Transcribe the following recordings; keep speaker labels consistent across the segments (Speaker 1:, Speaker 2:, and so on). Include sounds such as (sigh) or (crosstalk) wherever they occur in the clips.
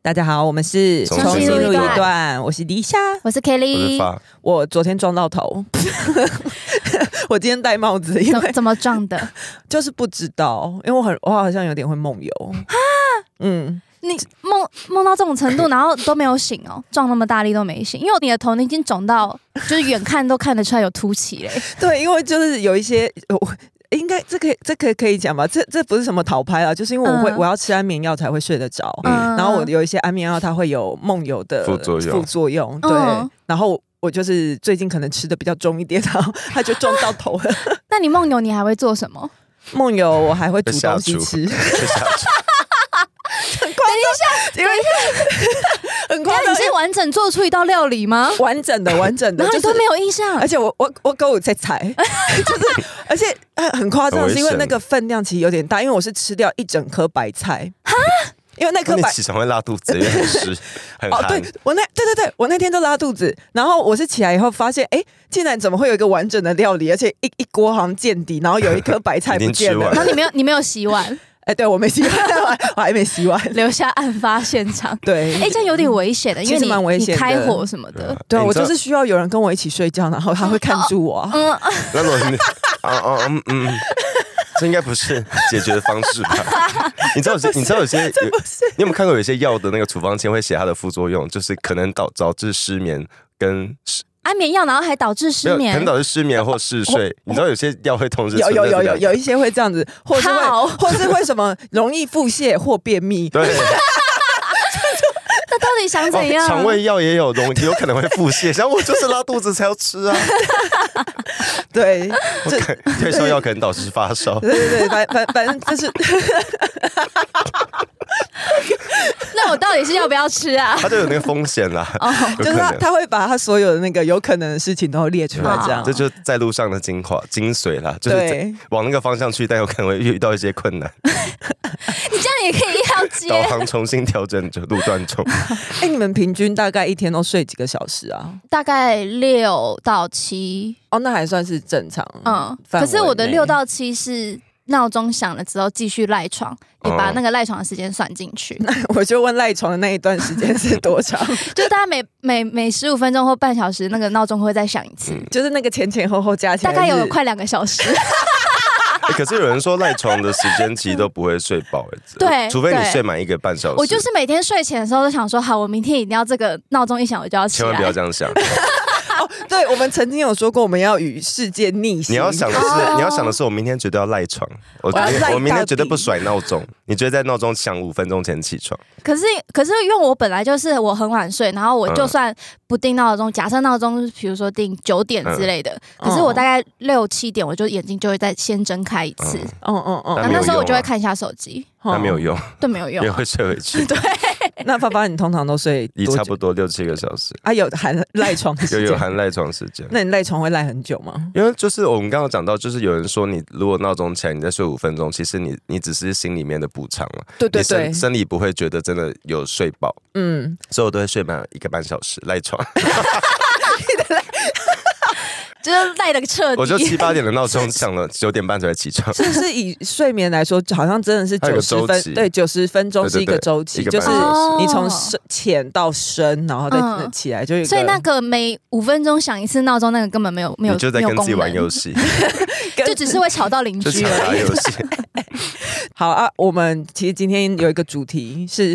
Speaker 1: 大家好，我们是
Speaker 2: 重
Speaker 1: 重
Speaker 2: 新
Speaker 1: 新
Speaker 2: 录一
Speaker 1: 录一
Speaker 2: 段
Speaker 1: 段，我是李夏。
Speaker 2: 我是
Speaker 3: 我是
Speaker 2: Kelly，
Speaker 3: 发
Speaker 1: 我昨天撞到头， (laughs) 我今天戴帽子，因
Speaker 2: 怎
Speaker 1: 为
Speaker 2: 怎么撞的？
Speaker 1: 就是不知道，因为我很我好像有点会梦
Speaker 2: (laughs)
Speaker 1: 游嗯，
Speaker 2: 你梦梦到这种程度，然后都没有醒哦，撞那么大力都没醒，因为你的头已经肿到，就是远看都看得出来有凸起嘞。
Speaker 1: 对，因为就是有一些我。应该这可以这可以可以讲吧？这这不是什么讨拍啊，就是因为我会、
Speaker 2: 嗯
Speaker 1: 我要吃安眠药才会睡得着，
Speaker 2: 嗯
Speaker 1: 然后我有一些安眠药它会有梦游的
Speaker 3: 副作用
Speaker 1: 副作用对，
Speaker 2: 嗯
Speaker 1: 然后我就是最近可能吃的比较重一点，然后它就撞到头了。
Speaker 2: (laughs) 那你梦游你还会做什么？
Speaker 1: 梦游我还会煮
Speaker 3: 下
Speaker 1: 东西
Speaker 3: 厨
Speaker 1: 吃，
Speaker 3: 是下厨
Speaker 1: (laughs) 因为很夸
Speaker 2: 那
Speaker 1: 张
Speaker 2: 你，是完整做出一道料理吗？ (laughs)
Speaker 1: 完整的完整的
Speaker 2: 然，后
Speaker 1: 就
Speaker 2: 你都
Speaker 1: 是
Speaker 2: 没有印象
Speaker 1: 而，且我我我狗有在踩，
Speaker 2: (laughs)
Speaker 1: 就是而且呃很夸张，
Speaker 3: 很危
Speaker 1: 是因为
Speaker 3: 险
Speaker 1: 那个分量其实有点大，因为我是吃掉一整颗白菜，因为那颗
Speaker 3: 哦那你
Speaker 1: 白
Speaker 3: 起床会拉肚子，因为很湿很
Speaker 1: 哦，对
Speaker 3: 寒。
Speaker 1: 我那对对对，我那天就拉肚子，然后我是起来以后发现，哎，竟然怎么会有一个完整的料理，而且一一锅好像见底，然后有一颗白菜
Speaker 3: 已经
Speaker 1: 不见
Speaker 3: 吃
Speaker 1: 了
Speaker 3: 完，
Speaker 2: 然后你没有你没有洗碗，
Speaker 1: 哎，对我没洗完， (laughs) 我还没洗完，
Speaker 2: 留下案发现场。
Speaker 1: 对，
Speaker 2: 哎，这样有点危险的，因为
Speaker 1: 其实
Speaker 2: 你
Speaker 1: 蛮危
Speaker 2: 你
Speaker 1: 险的
Speaker 2: 开火什么的。
Speaker 1: 对
Speaker 3: 哎你
Speaker 1: 我
Speaker 3: 知
Speaker 1: 就
Speaker 3: 道
Speaker 1: 是需要有人跟我一起睡觉，然后他会看住我啊。
Speaker 2: 嗯，
Speaker 3: 那如果你啊啊嗯嗯，这应该不是解决的方式吧？你知道有
Speaker 1: (laughs)
Speaker 3: 些，你知道有些，有你有没有看过有些药的那个处方签会写它的副作用，就是可能导导致失眠跟失
Speaker 2: 安眠药，然后还导致
Speaker 3: 没
Speaker 2: 失
Speaker 3: 有可能
Speaker 2: 眠。
Speaker 3: 导致失眠或嗜睡。你知道有些药会通知
Speaker 1: 有有
Speaker 3: 存在
Speaker 1: 有
Speaker 3: 这
Speaker 1: 有
Speaker 3: 两
Speaker 1: 有一些会这样子，或是
Speaker 2: 好
Speaker 1: 会或是会什么容易腹泻或便秘，
Speaker 3: 对，
Speaker 1: (laughs)
Speaker 2: 那到底想怎样？
Speaker 3: 哦肠胃药也有容有可能会腹泻，然后我就是拉肚子才要
Speaker 1: (laughs)
Speaker 3: 吃啊。
Speaker 1: 对，这
Speaker 3: 退烧药可能导致发烧，
Speaker 1: 对对对，反反反正
Speaker 3: (laughs)
Speaker 1: 就是
Speaker 2: 那我到底是要不要吃啊？
Speaker 3: 它就有那个风险啦。
Speaker 2: 哦，
Speaker 3: 有
Speaker 1: 就是
Speaker 3: 可
Speaker 1: 他
Speaker 3: 能
Speaker 1: 他会把他所有的那个有可能的事情都列出来，这样
Speaker 2: 好
Speaker 3: 这就是在路上的精华精髓啦，就是
Speaker 1: 对
Speaker 3: 在 (laughs) 往那个方向去，但有可能会遇到一些困
Speaker 2: (laughs)
Speaker 3: 难，
Speaker 2: 你这样也可以要
Speaker 1: (laughs)
Speaker 2: 接。
Speaker 3: 导航重新调整着路段
Speaker 2: (laughs)
Speaker 3: 中。
Speaker 1: 哎、你们平均大概一天都睡几个小时啊？
Speaker 2: 大概六到七，
Speaker 1: 哦，那还算是正常。
Speaker 2: 嗯，
Speaker 1: 范
Speaker 2: 可
Speaker 1: 围
Speaker 2: 是我的
Speaker 1: 内
Speaker 2: 六到七是闹钟响了之后继续赖床，你把
Speaker 3: 哦
Speaker 2: 那个赖床的时间算进去，
Speaker 1: (laughs) 我就问赖床的那一段时间是多
Speaker 3: (laughs)
Speaker 1: 长，
Speaker 2: (laughs) 就大概每每每十五分钟或半小时，那个闹钟会再响一次，
Speaker 1: 就是那个前前后后加起
Speaker 2: 大
Speaker 1: 来
Speaker 2: 概有
Speaker 1: 嗯 (laughs) 是
Speaker 2: 快两个小时。
Speaker 3: 欸可是有人说赖床的时间其实都不会睡饱，欸
Speaker 2: (laughs) 对
Speaker 3: 除非你
Speaker 2: 对
Speaker 3: 睡满一个半小时。
Speaker 2: 我就是每天睡前的时候都想说，好，我明天一定要这个闹钟一响我就要起
Speaker 3: 千万不要
Speaker 2: 来。
Speaker 3: 这样想，
Speaker 1: 对，我们曾经有说过，我们要与世界逆行。
Speaker 3: 你要想的
Speaker 2: 哦
Speaker 3: 是，你要想的是，我明天绝对要赖床，我
Speaker 1: 我要赖
Speaker 3: 明
Speaker 1: 到
Speaker 3: 我明天绝对
Speaker 1: 底
Speaker 3: 不甩闹钟，你绝对在闹钟响五分钟前起床。
Speaker 2: 可是可是因为我本来就是我很晚睡，然后我就
Speaker 3: 嗯
Speaker 2: 算不定闹钟，假设闹钟比如说定九点之类的，
Speaker 3: 嗯
Speaker 2: 可是我大概六七点我就眼睛就会再先睁开一次，
Speaker 3: 嗯
Speaker 1: 嗯，嗯嗯嗯，
Speaker 3: 那
Speaker 2: 然后
Speaker 3: 没有
Speaker 2: 那时候我
Speaker 3: 用
Speaker 2: 就会
Speaker 3: 啊
Speaker 2: 看一下手机，
Speaker 3: 那没有用，
Speaker 2: 都哦没有
Speaker 3: 因
Speaker 2: 用
Speaker 3: 为。会睡回
Speaker 2: (laughs)
Speaker 3: 去，
Speaker 1: 那发发，你通常都睡
Speaker 3: 也
Speaker 1: 多
Speaker 3: 差
Speaker 1: 久
Speaker 3: 不多六七个小
Speaker 2: (laughs)
Speaker 3: 时，
Speaker 1: 啊？有含赖床的
Speaker 3: 又
Speaker 1: 时
Speaker 3: 有
Speaker 1: 间？
Speaker 3: 含赖床时间。
Speaker 1: 那你赖床会赖很久吗？
Speaker 3: 因为就是我们刚刚讲到，就是有人说你如果闹钟起来，你再睡五分钟，其实你你只是心里面的补偿了，
Speaker 1: 对对
Speaker 3: 你
Speaker 1: 对
Speaker 3: 生，生理不会觉得真的有睡饱，
Speaker 1: 嗯，
Speaker 3: 所以我都会睡满一个半小时
Speaker 1: (laughs)
Speaker 3: 赖床，
Speaker 2: 就是赖的彻底。
Speaker 3: 我就七八点的闹钟响了，九点半才会起
Speaker 1: (laughs)
Speaker 3: 床。
Speaker 1: 是不是以睡眠来说，好像真的是
Speaker 3: 它
Speaker 1: 九
Speaker 3: 有个
Speaker 1: 十
Speaker 3: 周
Speaker 1: 分，
Speaker 3: 期
Speaker 1: 对，九十分钟
Speaker 3: 对
Speaker 1: 是
Speaker 3: 对
Speaker 1: 一个
Speaker 3: 对
Speaker 1: 周期，
Speaker 3: 一个
Speaker 1: 就是
Speaker 3: 半小时
Speaker 1: 你从深浅到深，然后再
Speaker 2: 嗯
Speaker 1: 起来，就有一个
Speaker 2: 所以那个每五分钟响一次闹钟，那个根本没有没有
Speaker 3: 你就在
Speaker 2: 没有
Speaker 3: 跟自己
Speaker 2: 功
Speaker 3: 玩
Speaker 2: 能，
Speaker 1: (laughs)
Speaker 3: 游戏，
Speaker 1: 跟
Speaker 2: 就只是会吵到邻
Speaker 3: 就
Speaker 2: 居
Speaker 3: 抢答
Speaker 2: 而已。
Speaker 3: 游戏。
Speaker 1: (laughs) 好啊。我们其实今天有一个主题是，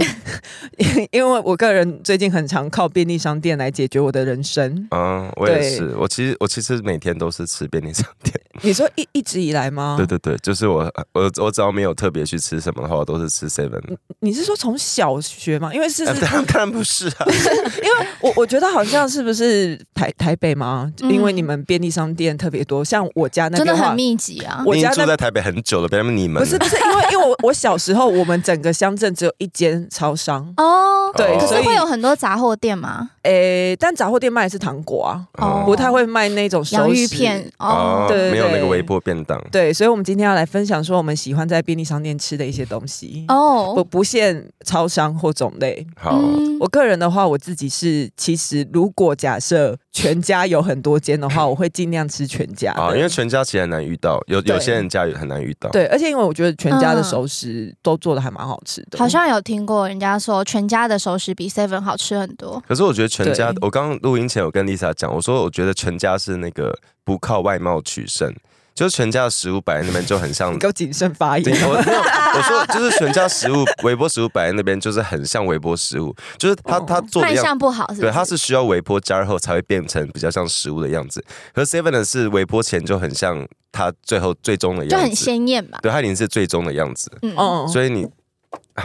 Speaker 1: (laughs) 因为我个人最近很常靠便利商店来解决我的人生。
Speaker 3: 嗯，我也
Speaker 1: 对
Speaker 3: 是，我其实我其实每天都是吃便利商店。
Speaker 1: 你说一一直以来吗？
Speaker 3: 对对对，就是我我我只要没有特别去吃什么的话，我都是吃 seven。
Speaker 1: 你是说从小学吗？因为是
Speaker 3: 但
Speaker 1: 是
Speaker 3: (laughs) 当然不是啊，
Speaker 1: 因为我我觉得好像是不是台台北吗？
Speaker 2: 嗯
Speaker 1: 因为你们便利商店特别多，像我 (laughs) 家那
Speaker 2: 真
Speaker 1: 边
Speaker 2: 的
Speaker 1: 的话
Speaker 2: 很密集啊！
Speaker 1: 我
Speaker 3: 你已
Speaker 1: 家
Speaker 3: 经
Speaker 1: 那
Speaker 3: 住在台北很久了，别那么你们
Speaker 1: 不是不是，因为因为我我小时候我们整个乡镇只有一间超商，
Speaker 2: 哦，
Speaker 1: 对，
Speaker 2: 可
Speaker 1: 所
Speaker 2: 是
Speaker 1: 以
Speaker 2: 会有很多杂货店吗？
Speaker 1: 诶、但杂货店卖的是糖果啊，
Speaker 2: 哦，
Speaker 1: 不太会卖那种熟食
Speaker 2: 洋芋。片哦。
Speaker 1: 对对
Speaker 3: 没有那
Speaker 1: 对
Speaker 3: 个微波便当。
Speaker 1: 对，所以我们今天要来分享说我们喜欢在便利商店吃的一些东西。不
Speaker 2: 哦，
Speaker 1: 不限超商或种类。
Speaker 3: 好，
Speaker 2: 嗯
Speaker 1: 我个人的话，我自己是其实如果假设全家有很多间的话，我会尽量吃全家的
Speaker 3: 啊，因为全家其实很难遇到，有
Speaker 1: 对
Speaker 3: 有些人家也很难遇到。，
Speaker 1: 对，而且因为我觉得全家的
Speaker 2: 嗯
Speaker 1: 熟食都做的还蛮好吃的，
Speaker 2: 好像有听过人家说全家的熟食比 Seven 好吃很多。
Speaker 3: 可是我觉得全家
Speaker 1: 对，
Speaker 3: 我刚刚录音前有跟 Lisa 讲，我说我觉得全家是那个不靠外貌取胜，就是全家的食物摆在那边就很像
Speaker 2: (laughs)
Speaker 1: 你给我谨慎发
Speaker 3: 对
Speaker 1: 言。
Speaker 3: 我没有我说就是全家食物，微波食物摆在那边就是很像微波食物，就是它它做的
Speaker 2: 哦卖
Speaker 3: 样。
Speaker 2: 相不好是不是？
Speaker 3: 对，它是需要微波加热后才会变成比较像食物的样子。可是 Seven 的是微波前就很像它最后最终的样子，
Speaker 2: 就很鲜艳吧。
Speaker 3: 对，它已经是最终的样子。
Speaker 2: 嗯，
Speaker 1: 嗯，
Speaker 3: 所以你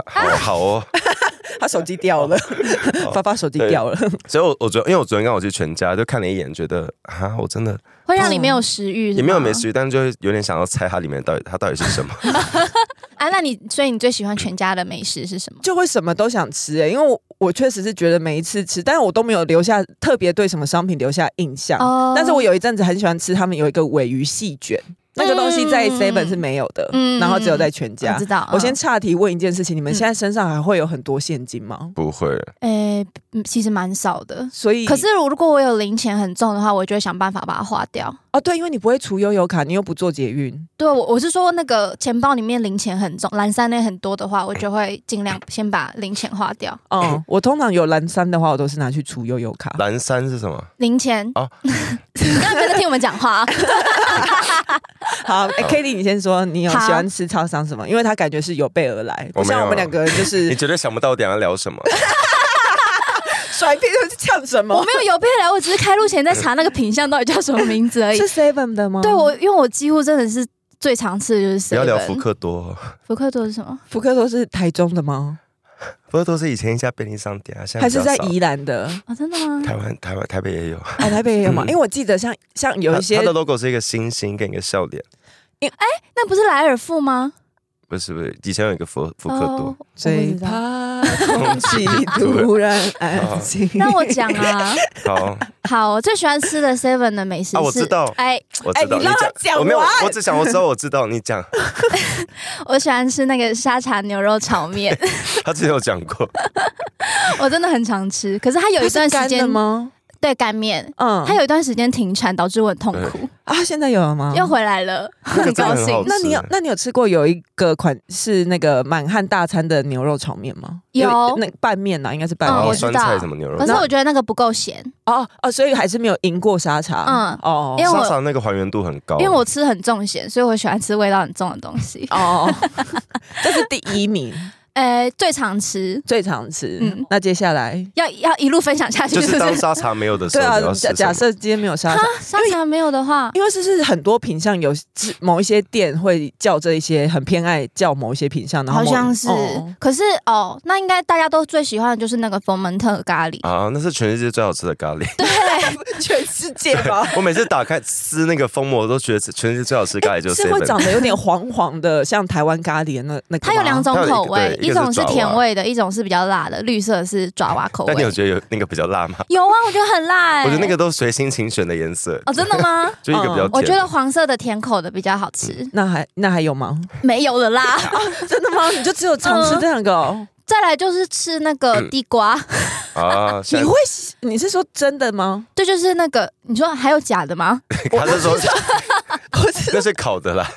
Speaker 3: 好好哦，
Speaker 1: 他手机掉了， (laughs) 发发手机掉了。
Speaker 3: 所以我我昨因为我昨天刚好去全家，就看了一眼，觉得啊，我真的
Speaker 2: 会让你没有食欲。
Speaker 3: 也没有没
Speaker 2: 欲。
Speaker 3: 食欲，但是就会有点想要猜它里面到底它到底是什么。
Speaker 2: 啊，那你所以你最喜欢全家的美食是什么？
Speaker 1: 就会什么都想吃哎、因为我我确实是觉得每一次吃，但是我都没有留下特别对什么商品留下印象。
Speaker 3: 嗯
Speaker 2: 哦
Speaker 1: 但是我有一阵子很喜欢吃他们有一个尾鱼细卷，那个东西在
Speaker 2: 嗯
Speaker 1: Seven 是没有的，
Speaker 2: 嗯
Speaker 1: 然后只有在全
Speaker 2: 我
Speaker 1: 家
Speaker 2: 知。道。
Speaker 1: 啊我先
Speaker 2: 嗯，
Speaker 1: 岔题问一件事情，你们现在身上还会有很多现金吗？
Speaker 3: 不
Speaker 1: (laughs)
Speaker 3: 会，
Speaker 2: 诶，嗯其实蛮少的。
Speaker 1: 所以
Speaker 2: 可是如果我有零钱很重的话，我就会想办法把它花掉。
Speaker 1: 哦，对，因为你不会除悠游卡，你又不做捷运，
Speaker 2: 对，我我是说那个钱包里面零钱很重，蓝山类很多的话，我就会尽量先把零钱花掉。
Speaker 3: 哦
Speaker 1: 嗯，我通常有蓝山的话，我都是拿去除悠游卡。
Speaker 3: 蓝山是什么？
Speaker 2: 零钱
Speaker 3: 哦
Speaker 2: 你 (laughs) 刚刚没有在听我们讲话啊？
Speaker 1: 好、哎 k a t i e 你先说，你有喜
Speaker 2: 好
Speaker 1: 欢吃超商什么？因为他感觉是有备而来，
Speaker 3: 我
Speaker 1: 不
Speaker 3: 没有
Speaker 1: 像我们两个人就
Speaker 3: 你
Speaker 1: 是
Speaker 3: 绝对想不到我等一下聊
Speaker 1: (laughs)
Speaker 3: 什么。
Speaker 1: 甩屁就是呛什
Speaker 2: 我
Speaker 1: 么。
Speaker 2: 没有有备而来，我只是开路前在查那个品相到底叫什么名字而
Speaker 1: (laughs)
Speaker 2: 已
Speaker 1: 是。Seven 的吗？
Speaker 2: 对我，因为我几乎真的是最常吃的就是
Speaker 3: 不
Speaker 2: seven。
Speaker 3: 要聊福克多，
Speaker 2: 福克多是什么？
Speaker 1: 福克多是台中的吗？
Speaker 3: 福克多是以前一家便利商店啊，现在
Speaker 1: 还是
Speaker 3: 比较
Speaker 1: 在
Speaker 3: 少
Speaker 1: 宜兰的？
Speaker 2: 哦，真的吗？
Speaker 3: 台湾、台湾、台北也有。
Speaker 1: 哦，台北也有吗？
Speaker 3: 嗯
Speaker 1: 因为我记得像像有一些
Speaker 3: 它它的 logo 是一个星星跟一个笑脸，
Speaker 2: 那不是莱尔富吗？
Speaker 3: 不是不是，以前有一个福福克
Speaker 2: 哦
Speaker 3: 多，，
Speaker 2: 我不
Speaker 1: 最
Speaker 2: 知道。
Speaker 1: 怕空
Speaker 3: (laughs)
Speaker 1: 气突然安静。
Speaker 2: 让我讲啊，
Speaker 1: 哦 (laughs)
Speaker 3: 好，
Speaker 2: 好，我最喜欢吃的 Seven 的美食是，
Speaker 3: 啊我知道
Speaker 2: 哎，
Speaker 3: 我
Speaker 1: 哎
Speaker 3: 知道
Speaker 1: 你让他讲
Speaker 3: 我没有，
Speaker 1: 完
Speaker 3: 我只想我知道我知道你讲，
Speaker 2: 我喜欢吃那个沙茶牛肉炒面，
Speaker 3: (laughs) 他之前有讲过，
Speaker 2: 我真的很常吃。可是它有一
Speaker 1: 它是
Speaker 2: 段时
Speaker 1: 干的
Speaker 2: 间，
Speaker 1: 吗？
Speaker 2: 对干面，
Speaker 3: 啊
Speaker 1: 嗯，
Speaker 2: 它有一段时间停产，导致我很痛苦，
Speaker 1: 啊，现在有了吗？
Speaker 2: 又回来
Speaker 3: (laughs)
Speaker 2: 了，很
Speaker 3: 真的
Speaker 2: 高
Speaker 3: 很好
Speaker 2: 兴
Speaker 3: 吃。
Speaker 1: 那你有
Speaker 3: 是
Speaker 1: 那你有吃过有一个款是那个满汉大餐的牛肉炒面吗？
Speaker 2: 有
Speaker 1: 那拌面啊呐，应该是拌
Speaker 2: 嗯
Speaker 3: 然
Speaker 1: 面
Speaker 3: 后
Speaker 2: 我知道
Speaker 3: 酸菜什么牛肉
Speaker 2: 可是，我觉得那个不够咸，
Speaker 1: 哦哦，所以还是没有赢过沙茶。
Speaker 2: 嗯
Speaker 1: 哦，
Speaker 2: 因为我
Speaker 3: 沙茶那个还原度很高，啊
Speaker 2: 因为我吃很重咸，所以我喜欢吃味道很重的东西。 (laughs)
Speaker 1: 哦， (laughs) 这是第一名，
Speaker 2: 呃，最常吃，
Speaker 1: 最常吃。
Speaker 2: 嗯
Speaker 1: 那接下来，
Speaker 2: 要要一路分享下去，
Speaker 3: 就是是
Speaker 2: (laughs) 不
Speaker 3: 当
Speaker 2: 是？
Speaker 3: 沙茶没有的时
Speaker 1: 对
Speaker 3: 候，
Speaker 1: 啊
Speaker 3: 你要，吃
Speaker 1: 假
Speaker 3: 什
Speaker 1: 假
Speaker 3: 么？
Speaker 1: 设今天没有沙茶，
Speaker 2: 沙茶没有的话，
Speaker 1: 因为这是很多品相有是某一些店会叫这一些很偏爱叫某一些品相，然后
Speaker 2: 好
Speaker 1: 某
Speaker 2: 像是 (laughs)
Speaker 1: 哦，
Speaker 2: 可是哦，那应该大家都最喜欢的就是那个佛蒙特咖喱，
Speaker 3: 啊，那是全世界最好吃的咖喱。 (laughs)
Speaker 1: 全世界吧。
Speaker 3: 我每次打开撕那个封膜，我都觉得全世界最好吃的咖喱就是
Speaker 1: 哎会
Speaker 3: seven。
Speaker 1: 长得有点黄黄的，像台湾咖喱的那那个吗。
Speaker 2: 它有两种
Speaker 3: 它有一个
Speaker 2: 口味，
Speaker 3: 对一
Speaker 2: 一
Speaker 3: 个是
Speaker 2: 种是
Speaker 3: 爪哇
Speaker 2: 甜味的，一种是比较辣的，绿色是爪哇口味
Speaker 3: 但你。有觉得有那个比较辣吗？
Speaker 2: 有啊，我觉得很辣哎、
Speaker 3: 我觉得那个都随心情选的颜色，
Speaker 2: 哦，真的
Speaker 3: (laughs)
Speaker 2: 吗？
Speaker 3: 就一个比较甜。
Speaker 2: 我觉得黄色的甜口的比较好
Speaker 3: 嗯
Speaker 2: 吃，
Speaker 1: 那还那还有吗？
Speaker 2: 没有了啦。
Speaker 3: (laughs)
Speaker 1: 真的 (laughs) 吗？你就只有尝试这两个、哦？
Speaker 2: 再来就是吃那个地瓜，
Speaker 3: 啊，
Speaker 1: 你
Speaker 3: 现在
Speaker 1: 会？你是说真的吗？
Speaker 2: 对，就是那个你说还有假的吗？
Speaker 3: (laughs) 他是说
Speaker 1: 不是，，
Speaker 3: 那是烤的啦，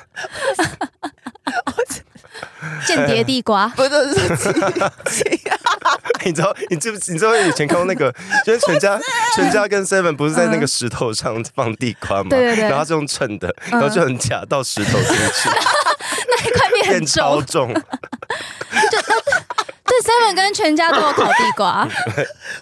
Speaker 3: (laughs)
Speaker 2: 间谍地瓜
Speaker 1: 不是是鸡鸡
Speaker 3: 你知道，你知不？你知道以前看过那个，就是全家全家跟 Seven 不是在那个石头上放地瓜吗？
Speaker 2: 对对对
Speaker 3: 然后它是用称的，然后就很夹到石头进去，
Speaker 2: (laughs) 那一块面
Speaker 3: 变
Speaker 2: 很重
Speaker 3: 超，重。
Speaker 2: (laughs) 对，seven 跟全家都有烤地
Speaker 3: (laughs)
Speaker 2: 瓜，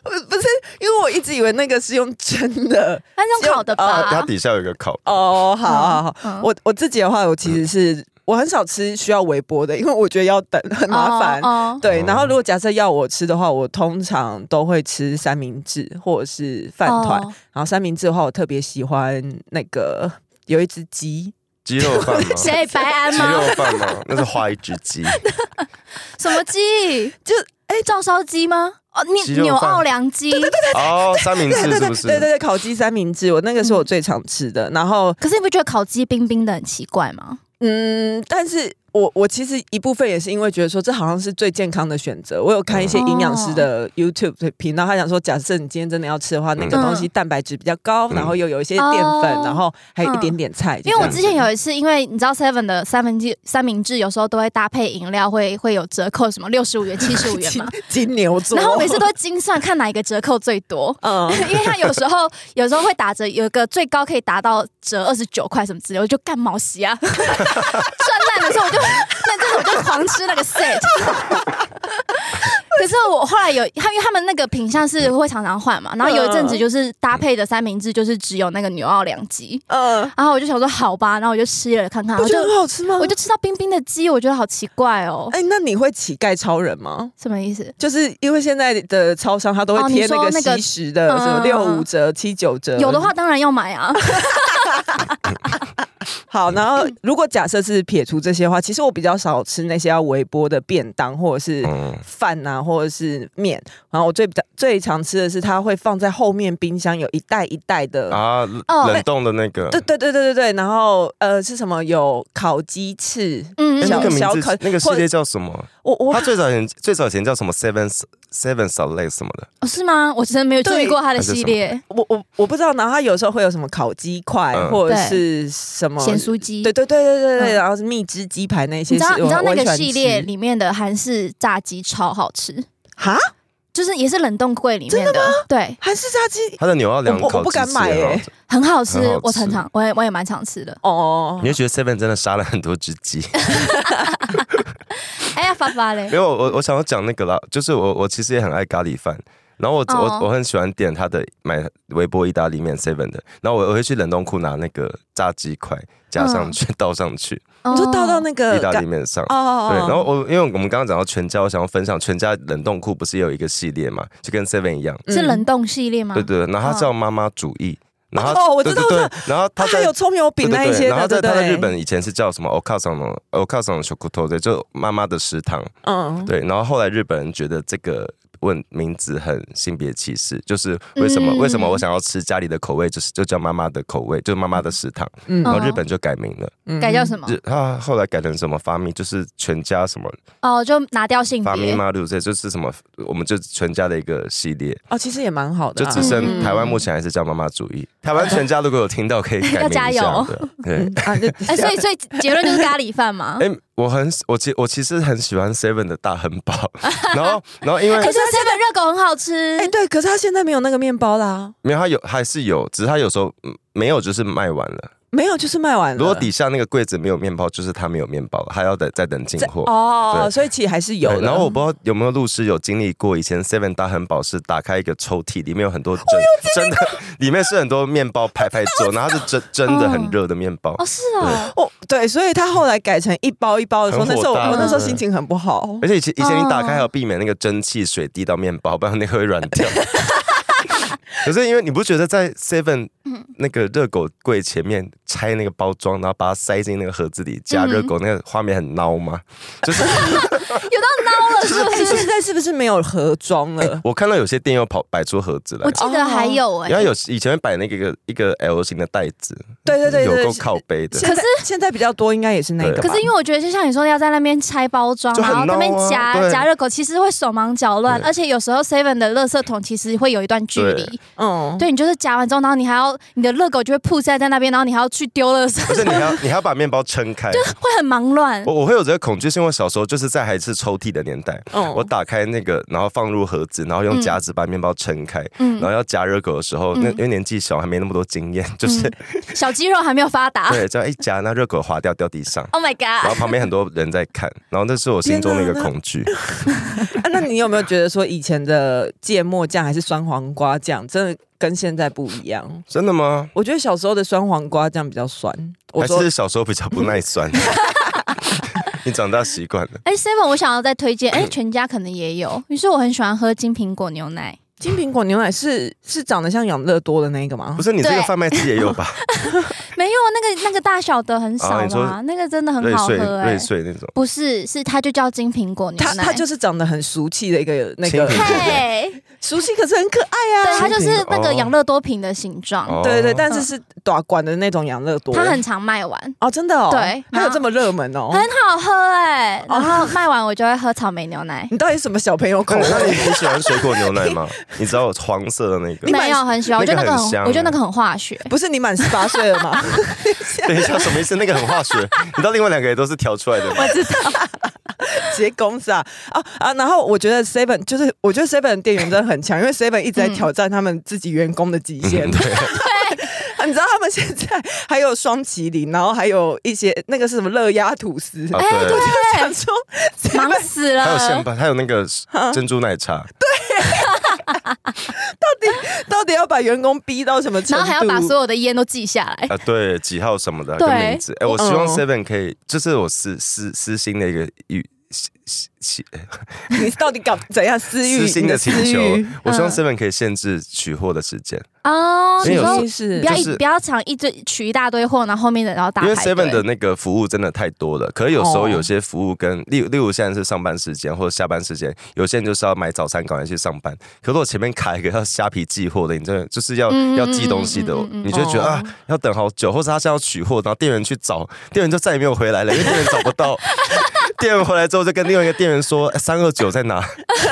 Speaker 1: 不是不是，因为我一直以为那个是用真的。
Speaker 2: 它是用烤的
Speaker 1: 啊
Speaker 3: 它
Speaker 2: 吧？
Speaker 3: 底下有一个烤，
Speaker 1: (laughs) 哦，好好好，
Speaker 2: 嗯
Speaker 1: 我我自己的话，我其实是我很少吃需要微波的，因为我觉得要等很麻烦。
Speaker 2: 哦
Speaker 3: (laughs)
Speaker 2: 哦
Speaker 1: 对，
Speaker 3: 哦
Speaker 1: 然后如果假设要我吃的话，我通常都会吃三明治或者是饭团。
Speaker 2: 哦
Speaker 1: 然后三明治的话，我特别喜欢那个有一只鸡，
Speaker 3: 鸡肉饭
Speaker 2: (laughs)
Speaker 3: 吗？
Speaker 2: 谁白安
Speaker 3: 鸡
Speaker 2: 吗？
Speaker 3: 肉
Speaker 1: (laughs)
Speaker 3: 饭吗？那是花一只鸡，
Speaker 2: 什么鸡？
Speaker 1: 就
Speaker 2: 哎，照烧鸡吗？哦，
Speaker 3: 鸡
Speaker 2: 纽
Speaker 3: 肉饭
Speaker 2: 纽奥良鸡。
Speaker 3: 哦，三明
Speaker 1: (laughs) 对
Speaker 3: 治
Speaker 1: 对
Speaker 3: 是
Speaker 1: 对
Speaker 3: 不
Speaker 1: 对对
Speaker 3: 是？
Speaker 1: 对，烤鸡三明治，我那个是
Speaker 2: 嗯
Speaker 1: 我最常吃的。然后
Speaker 2: 可是你不觉得烤鸡冰冰的很奇怪吗？
Speaker 1: 嗯，但是我我其实一部分也是因为觉得说这好像是最健康的选择。我有看一些营养师的
Speaker 2: 嗯
Speaker 1: YouTube 的频道，他讲说，假设你今天真的要吃的话，那个东西蛋白质比较高，
Speaker 3: 嗯
Speaker 1: 然后又有一些淀粉，
Speaker 2: 哦
Speaker 1: 然后还有一点点菜。
Speaker 2: 因为我
Speaker 1: 这样
Speaker 2: 之前有一次，因为你知道 Seven 的三分之三明治有时候都会搭配饮料，会会有折扣，什么六十五元、七十
Speaker 3: (laughs)
Speaker 2: 五元嘛。
Speaker 1: (laughs) 金金牛座，
Speaker 2: 然后我每次都会精算看哪一个折扣最多，
Speaker 1: (laughs) 嗯，
Speaker 2: (laughs) 因为它有时候有时候会打折，有一个最高可以达到折二十九块什么之类，我就干毛席啊， (laughs) 赚烂的时候我就那这种我就狂吃那个 set。可是我后来有，他因为他们那个品相是会常常换嘛，然后有一阵子就是搭配的三明治就是只有那个牛奥良鸡，
Speaker 1: 嗯，
Speaker 2: 然后我就想说好吧，然后我就吃了看看，
Speaker 1: 不
Speaker 2: 啊我
Speaker 1: 觉
Speaker 2: 就
Speaker 1: 得很好吃吗？
Speaker 2: 我就吃到冰冰的鸡，我觉得好奇怪哦，
Speaker 1: 哎、那你会乞丐超人吗？
Speaker 2: 什么意思？
Speaker 1: 就是因为现在的超商，它都
Speaker 2: 哦
Speaker 1: 会
Speaker 2: 你
Speaker 1: 贴
Speaker 2: 说
Speaker 1: 那
Speaker 2: 那
Speaker 1: 个
Speaker 2: 个
Speaker 1: 惜食的，什么
Speaker 2: 嗯
Speaker 1: 六五折、七九折，
Speaker 2: 有的话当然要买啊，
Speaker 3: 嗯
Speaker 1: 好，然后如果假设是撇除这些的话，其实我比较少吃那些要微波的便当或者是
Speaker 3: 嗯
Speaker 1: 饭啊，或者是面。然后我最比较最常吃的是，它会放在后面冰箱有一袋一袋的。
Speaker 3: 啊，
Speaker 2: 哦
Speaker 3: 冷冻的那个，
Speaker 1: 对对对对对对，然后呃是什么？有烤鸡翅，
Speaker 2: 嗯
Speaker 3: 哎
Speaker 1: 小
Speaker 3: 那个名
Speaker 1: 小
Speaker 3: 字
Speaker 1: 可
Speaker 3: 那个系
Speaker 1: 或者
Speaker 3: 列叫什么？
Speaker 1: 我我
Speaker 3: 它最早以前最早以前叫什么 Seven Seven Select 什么的，
Speaker 2: 哦是吗？我真的没有注意
Speaker 1: 对
Speaker 2: 过它的
Speaker 3: 还是
Speaker 2: 系
Speaker 3: 什么
Speaker 2: 列
Speaker 1: 我我我不知道。然后它有时候会有什么烤鸡块，
Speaker 3: 嗯
Speaker 1: 或者
Speaker 2: 对
Speaker 1: 是什么
Speaker 2: 咸酥鸡，
Speaker 1: 对对对对对对，
Speaker 2: 嗯
Speaker 1: 然后是蜜汁鸡排那些
Speaker 2: 你
Speaker 1: 是
Speaker 2: 知道
Speaker 1: 我，
Speaker 2: 你知道那
Speaker 1: 我也喜
Speaker 2: 个
Speaker 1: 欢
Speaker 2: 系列
Speaker 1: 吃
Speaker 2: 里面的韩式炸鸡超好吃，
Speaker 1: 哈，
Speaker 2: 就是也是冷冻柜里面的，对，
Speaker 1: 韩式炸鸡
Speaker 3: 它的牛肉两
Speaker 1: 我我
Speaker 3: 口
Speaker 1: 不敢买耶
Speaker 2: 很好吃，
Speaker 3: 很好吃
Speaker 2: 我常常我也我也蛮常吃的。
Speaker 1: 哦
Speaker 3: 你，会觉得 Seven 真的杀了很多只
Speaker 1: (laughs)
Speaker 3: 鸡。
Speaker 2: 哎呀，发发
Speaker 3: 没
Speaker 2: 嘞，
Speaker 3: 有，我我想要讲那个啦，就是我我其实也很爱咖喱饭，然后我、
Speaker 2: 哦
Speaker 3: 我我很喜欢点他的买微波意大利面 Seven 的，然后我我会去冷冻库拿那个炸鸡块加上
Speaker 1: 嗯
Speaker 3: 去、倒上去
Speaker 2: 我
Speaker 1: 你就倒
Speaker 2: 哦
Speaker 1: 到那个
Speaker 3: 意大
Speaker 1: 感
Speaker 3: 利面上。
Speaker 1: 哦哦，哦
Speaker 3: 对，然后我因为我们刚刚讲到全家，我想要分享全家冷冻库不是也有一个系列嘛，就跟 Seven 一样，
Speaker 2: 是冷冻系列吗？
Speaker 3: 对对，对然后它叫妈妈主义，然后
Speaker 1: 嗯
Speaker 3: 它
Speaker 1: 哦我知道
Speaker 3: 对
Speaker 1: 我
Speaker 3: 对对，然后它
Speaker 1: 它
Speaker 3: 在
Speaker 1: 还有葱油饼
Speaker 3: 对
Speaker 1: 那
Speaker 3: 对
Speaker 1: 一
Speaker 3: 对
Speaker 1: 些
Speaker 3: 然后
Speaker 1: 的，
Speaker 3: 在
Speaker 1: 对
Speaker 3: 它
Speaker 1: 对
Speaker 3: 在日本以前是叫什么 o k a s o n o k a s o n s h o k u t o 对，就妈妈的食堂。
Speaker 1: 嗯，
Speaker 3: 对，然后后来日本人觉得这个问名字很性别歧视，就是为什么、
Speaker 2: 嗯
Speaker 3: 为什么我想要吃家里的口味，就是就叫妈妈的口味，就是妈妈的食堂，
Speaker 1: 嗯
Speaker 3: 然后
Speaker 2: 嗯
Speaker 3: 日本就改名了，
Speaker 1: 嗯
Speaker 2: 改叫什么？
Speaker 3: 日他后来改成什么发咪，就是全家什么
Speaker 2: 哦，就拿掉性
Speaker 3: 发咪
Speaker 2: 别。
Speaker 3: 妈路，这就是什么，我们就全家的一个系列。
Speaker 1: 哦，其实也蛮好的
Speaker 3: 就
Speaker 1: 啊，
Speaker 3: 只
Speaker 2: 嗯
Speaker 3: 剩台湾目前还是叫妈妈主义，台湾全家如果有听到可以改
Speaker 2: 要
Speaker 3: 名一下
Speaker 2: 加油
Speaker 3: 的，对。
Speaker 1: 嗯啊，就
Speaker 2: 哎，所以所以结论就是咖喱饭嘛。
Speaker 3: (laughs) 哎、我很我其我其实很喜欢 Seven 的大汉堡， (laughs) 然后然后因为
Speaker 2: (laughs) 可是
Speaker 3: 啊
Speaker 2: seven 热狗很好吃
Speaker 1: 哎，对，可是他现在没有那个面包啦，
Speaker 3: 没有它有还是有，只是它有时候嗯没有就是卖完了。
Speaker 1: 没有就是卖完了，
Speaker 3: 如果底下那个柜子没有面包，就是它没有面包，还要等再等进
Speaker 1: 在
Speaker 3: 货。
Speaker 1: 哦，
Speaker 3: 对
Speaker 1: 所以其实还是有
Speaker 3: 对
Speaker 1: 的，
Speaker 3: 然后我不知道有没有律师有经历过，以前 Seven 大汉堡是打开一个抽屉，里面有很多真真的，里面是很多面包排排坐，然后是真真的很热的面包。
Speaker 2: 哦，是哦，
Speaker 1: 哦，对，所以他后来改成一包一包的时候，
Speaker 3: 很
Speaker 1: 那
Speaker 3: 火
Speaker 1: 时候
Speaker 3: 大
Speaker 1: 我那时候
Speaker 3: 对
Speaker 1: 心情很不好，
Speaker 3: 而且以前以前你打开
Speaker 2: 哦
Speaker 3: 还要避免那个蒸汽水滴到面包，不然那个会软掉。可是因为你不觉得在 Seven 那个热狗柜前面拆那个包装，然后把它塞进那个盒子里加热狗，那个画面很孬吗？就是
Speaker 2: 有到孬了是不
Speaker 1: 哎，现
Speaker 2: 是？
Speaker 1: 在是不是没有盒装了？
Speaker 3: 我看到有些店又跑摆出盒子来
Speaker 2: 我，记得还有哎
Speaker 3: 因，为有以前摆那个一个 L 型的袋子，
Speaker 1: 对对对对
Speaker 3: 有够
Speaker 1: 对，
Speaker 3: 靠背的。
Speaker 1: 现在现在比较多，应该也是那个吧，
Speaker 2: 可是因为我觉得，就像你说的，要在那边拆包装，
Speaker 3: 就很
Speaker 2: 然后那边
Speaker 3: 孬啊
Speaker 2: 夹
Speaker 3: 对
Speaker 2: 夹热狗，其实会手忙脚乱，
Speaker 3: 对
Speaker 2: 而且有时候 Seven 的垃圾桶其实会有一段距离，
Speaker 1: 嗯，
Speaker 2: 对你就是夹完之后，然后你还要你的热狗就会曝晒在那边，然后你还要去丢垃圾，
Speaker 3: 不是你还要你还要把面包撑开，
Speaker 2: (laughs) 会很忙乱。
Speaker 3: 我我会有这个恐惧，是因为我小时候就是在还是抽屉的年代，
Speaker 1: 嗯
Speaker 3: 我打开那个，然后放入盒子，然后用夹子把面包撑开，
Speaker 2: 嗯
Speaker 3: 然后要夹热狗的时候，
Speaker 2: 嗯
Speaker 3: 那因为年纪小还没那么多经验，就是、
Speaker 1: 嗯
Speaker 2: 小肌肉还没有发
Speaker 3: (laughs)
Speaker 2: 达。
Speaker 3: 对，这样一夹，那热狗滑掉掉地上，
Speaker 1: 啊
Speaker 2: Oh my
Speaker 3: 然
Speaker 2: god！
Speaker 3: 后旁边很多人在看，然后那是我心中的一个恐惧。
Speaker 1: 啊，那你有没有觉得说以前的芥末酱还是酸黄瓜酱，真的跟现在不一样？
Speaker 3: 真的吗？
Speaker 1: 我觉得小时候的酸黄瓜酱比较酸。我
Speaker 3: 嗯还
Speaker 1: 说
Speaker 3: 是小时候比较不
Speaker 1: (laughs)
Speaker 3: 耐酸？你长大习惯了。
Speaker 2: 哎，Seven，我想要再推荐，哎，
Speaker 3: 嗯
Speaker 2: 全家可能也有。于是我很喜欢喝金苹果牛奶，
Speaker 1: 金苹果牛奶是是长得像养乐多的那个吗
Speaker 3: 不？是你这个
Speaker 2: 对
Speaker 3: 贩卖机也有吧？
Speaker 2: 没有有那个那个大小的很少
Speaker 3: 啊你说
Speaker 2: 啊，那个真的很
Speaker 3: 瑞
Speaker 2: 好
Speaker 3: 穗
Speaker 2: 喝哎、
Speaker 3: 瑞穗那种，
Speaker 2: 不是，是它就叫金苹果牛
Speaker 1: 它
Speaker 2: 奶，
Speaker 1: 它就是长得很俗气的一个那
Speaker 3: 青
Speaker 1: 个
Speaker 3: 苹果
Speaker 1: (laughs)
Speaker 2: 嘿，
Speaker 1: 俗气，可是很可爱
Speaker 2: 对，
Speaker 1: 啊。
Speaker 2: 它就是那个
Speaker 3: 哦
Speaker 2: 养乐多瓶的形状，
Speaker 1: 嗯
Speaker 3: 哦
Speaker 1: 对对，但是是短管的那种养乐多，
Speaker 2: 它很常卖完，
Speaker 1: 哦，真的哦，
Speaker 2: 对
Speaker 1: 还有这么热门哦
Speaker 2: 很。好喝哎、
Speaker 3: 哦
Speaker 2: 然后卖完我就会喝草莓牛
Speaker 3: (laughs)
Speaker 2: 奶，
Speaker 1: 你到底什么小朋友口
Speaker 3: 那
Speaker 2: (laughs)
Speaker 3: 那
Speaker 1: 味？
Speaker 3: 你你喜欢水果牛奶
Speaker 1: (laughs)
Speaker 3: 吗？你知道黄色的那个？
Speaker 1: 买
Speaker 2: 没有很喜欢，我觉得那
Speaker 3: 那个
Speaker 2: 个
Speaker 3: 很香啊
Speaker 2: 很，我觉得那个很化学。
Speaker 3: (laughs)
Speaker 1: 不是你满十八岁了
Speaker 2: (laughs)
Speaker 1: 吗？
Speaker 3: 等一下，什么意思？那个很化学，你知道另外两个也都是调出来的
Speaker 1: (laughs)
Speaker 3: 吗？
Speaker 1: 结公司啊啊啊！然后我觉得 Seven 就是，我觉得 Seven 的店员真的很强，因为 Seven 一直在
Speaker 2: 嗯
Speaker 1: 挑战他们自己员工的极限。
Speaker 3: 嗯啊
Speaker 1: 啊你知道他们现在 (laughs) 还有双麒麟，然后还有一些那个是什么乐压吐司，
Speaker 3: 啊
Speaker 1: 我
Speaker 3: 对
Speaker 1: 就想说，
Speaker 2: 忙死
Speaker 1: 啊
Speaker 3: 还有现
Speaker 2: 了，
Speaker 3: 巴，还有那个
Speaker 1: 嗯
Speaker 3: 珍珠奶茶，
Speaker 1: 到底要把员工逼到什么程
Speaker 2: 然
Speaker 1: 度？
Speaker 2: 后还要把所有的烟都记下
Speaker 3: (laughs)
Speaker 2: 来。
Speaker 3: 啊，对，几号什么的
Speaker 2: 对
Speaker 3: 跟名字。哎，我希望
Speaker 1: 嗯
Speaker 3: Seven 可以，这是我私私私心的一个欲私私私
Speaker 1: 你到底搞怎样私欲？
Speaker 3: 私心的请求
Speaker 1: 你私欲。嗯
Speaker 3: 我希望 Seven 可以限制取货的时间，
Speaker 2: 哦，
Speaker 3: 因
Speaker 2: 你
Speaker 3: 为有
Speaker 2: 说
Speaker 3: 时候
Speaker 1: 是
Speaker 2: 不要一
Speaker 3: 就是
Speaker 2: 不要常一直取一大堆货，然后后面的然后打
Speaker 3: 因为
Speaker 2: 排队。哦
Speaker 3: Seven 的那个服务真的太多了。可是有时候
Speaker 1: 哦
Speaker 3: 有些服务跟例如例如现在是上班时间或者下班时间，有些人就是要买早餐赶快去上班。可是我前面卡一个要虾皮寄货的，你真的就是要
Speaker 2: 嗯嗯
Speaker 3: 要寄东西的
Speaker 2: 嗯，嗯嗯
Speaker 3: 你就会觉得
Speaker 1: 哦
Speaker 3: 啊要等好久，或者他是要取货，然后店员去找，店员就再也没有回来了，因为店员找不
Speaker 2: (laughs)
Speaker 3: 到。店员回来之后就跟另外一个店员说三二九在
Speaker 2: (laughs)
Speaker 3: 哪，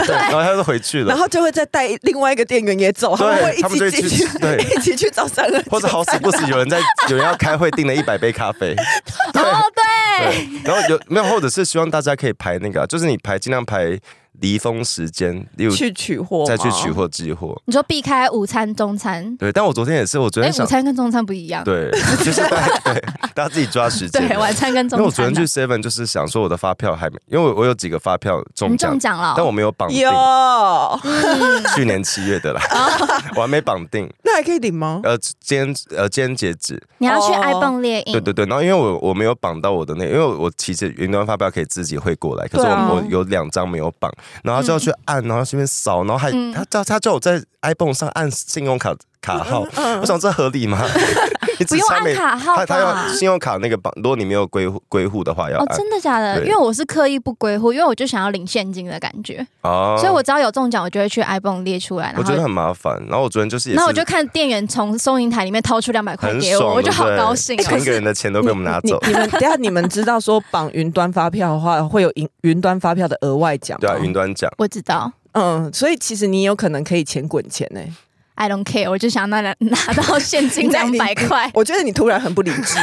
Speaker 3: 对，然后他就回去了
Speaker 1: 然。后就会再带另外一个店员也走，他们会
Speaker 3: 对，
Speaker 1: 一
Speaker 3: 他们就
Speaker 1: 起进
Speaker 3: 会
Speaker 1: 去
Speaker 3: 去，对，
Speaker 1: (laughs) 一起去找三二九
Speaker 3: 或者好死不死有人在有人要开会订了一百杯咖啡，
Speaker 2: 哦，对，
Speaker 3: 对，然后有没有或者是希望大家可以排那个啊、就是你排尽量排离峰时间，例如
Speaker 1: 去取货，
Speaker 3: 再去取。货寄货。
Speaker 2: 你说避开午餐、中餐，
Speaker 3: 对，但我昨天也是，我昨
Speaker 2: 哎，
Speaker 3: 天
Speaker 2: 午
Speaker 3: 想，
Speaker 2: 餐跟中餐不一样。
Speaker 3: 对， (laughs) 就是大家对大家自己抓时间。
Speaker 2: 对，晚餐跟
Speaker 3: 因为
Speaker 2: 中
Speaker 3: 我昨
Speaker 2: 餐
Speaker 3: 天
Speaker 2: 啊。
Speaker 3: 去 Seven 就是想说我的发票还没，因为我我有几个发票中
Speaker 2: 你
Speaker 3: 奖
Speaker 2: 中，奖了哦，
Speaker 3: 但我没有绑定
Speaker 1: 有，，
Speaker 3: 去年七月的啦， (laughs) 我还没绑定。
Speaker 1: 那还可以领吗？
Speaker 3: 呃，今天呃今天截止，
Speaker 2: 你要去
Speaker 1: 哦
Speaker 2: iPhone 猎鹰。啊
Speaker 3: 对对对，然后因为我我没有绑到我的那个因为我其实云端发票可以自己汇过来，可是我、
Speaker 1: 对啊
Speaker 3: 我有两张没有绑，然后他就要去按，然后这边扫，然后还、
Speaker 2: 嗯
Speaker 3: 他叫他叫我在 iPhone 上按信用卡卡号，我想这合理
Speaker 2: (laughs)
Speaker 3: 吗？你只
Speaker 2: 嗯不用
Speaker 3: 差没
Speaker 2: 按卡号
Speaker 3: 他他
Speaker 2: 吧
Speaker 3: 要信用卡那个绑，如果你没有归户归户的话要
Speaker 2: 哦，
Speaker 3: 按
Speaker 2: 真的假的？
Speaker 3: 对
Speaker 2: 因为我是刻意不归户，因为我就想要领现金的感觉，
Speaker 3: 哦
Speaker 2: 所以我只要有中奖，我就会去 iPhone 列出来，
Speaker 3: 我
Speaker 2: 然
Speaker 3: 觉得
Speaker 2: 后。
Speaker 3: 很麻烦。然后我昨天就是也
Speaker 2: 然
Speaker 3: 是
Speaker 2: 后我就看店员从收银台里面掏出两百块
Speaker 3: 很
Speaker 2: 给我，
Speaker 3: 爽，
Speaker 2: 我就好
Speaker 3: 对不对
Speaker 2: 高
Speaker 3: (laughs)
Speaker 2: 兴
Speaker 3: 前一个
Speaker 2: 哦！
Speaker 3: 人的钱都被我们拿
Speaker 1: 你
Speaker 3: 走。
Speaker 1: 你们等一下你们知道说绑云端发票的话，会有云云端发票的额外奖吗。
Speaker 3: 对啊，云端奖，
Speaker 2: 我知道
Speaker 1: 嗯，所以其实你有可能可以钱滚钱欸呢、
Speaker 2: ，I don't care，我就想拿拿到现金 (laughs)
Speaker 1: 你在
Speaker 2: 两百
Speaker 3: (laughs)
Speaker 2: 块。
Speaker 1: 我觉得你突然很不理
Speaker 2: (laughs)
Speaker 1: 智，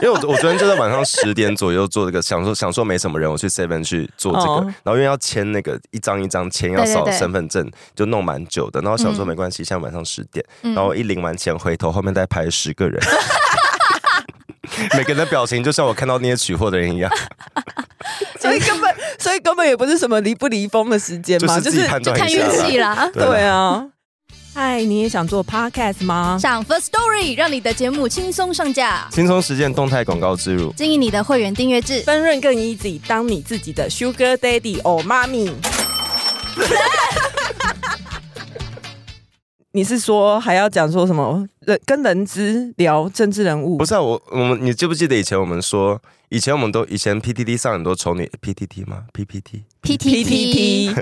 Speaker 3: 因为我我昨天就在晚上十点左右做这个，想说想说没什么人，我去 Seven 去做这个，
Speaker 1: 哦
Speaker 3: 然后因为要签那个一张一张签，要扫
Speaker 2: 对嗯对
Speaker 3: 身份证，就弄蛮久的。然后想说没关系，现在晚上十点，
Speaker 2: 嗯
Speaker 3: 然后我一领完钱回头，后面再排十个人。 (laughs) 每个人的表情就像我看到那些取货的人一样， (laughs)
Speaker 1: 所以根本所以根本也不是什么离不离峰的时间
Speaker 3: 就
Speaker 1: 嘛，
Speaker 3: 是自己判
Speaker 2: 就
Speaker 3: 断
Speaker 2: 看
Speaker 3: 一
Speaker 2: 运
Speaker 3: 下啦。
Speaker 2: 气啦。
Speaker 3: 啦
Speaker 1: 对啊。嗨，你也想做 podcast 吗？
Speaker 2: (laughs) 上 First Story 让你的节目轻松上架，
Speaker 3: 轻松实践动态广告植入，
Speaker 2: 经营你的会员订阅 (laughs) 制。
Speaker 1: 分润更 easy，当你自己的 sugar daddy or mommy。你是说还要讲说什么人跟人资聊政治人物？
Speaker 3: 不是啊，我我们你记不记得以前我们说，以前我们都以前 PTT 上很多丑女 PTT 吗？PPT
Speaker 2: PTT，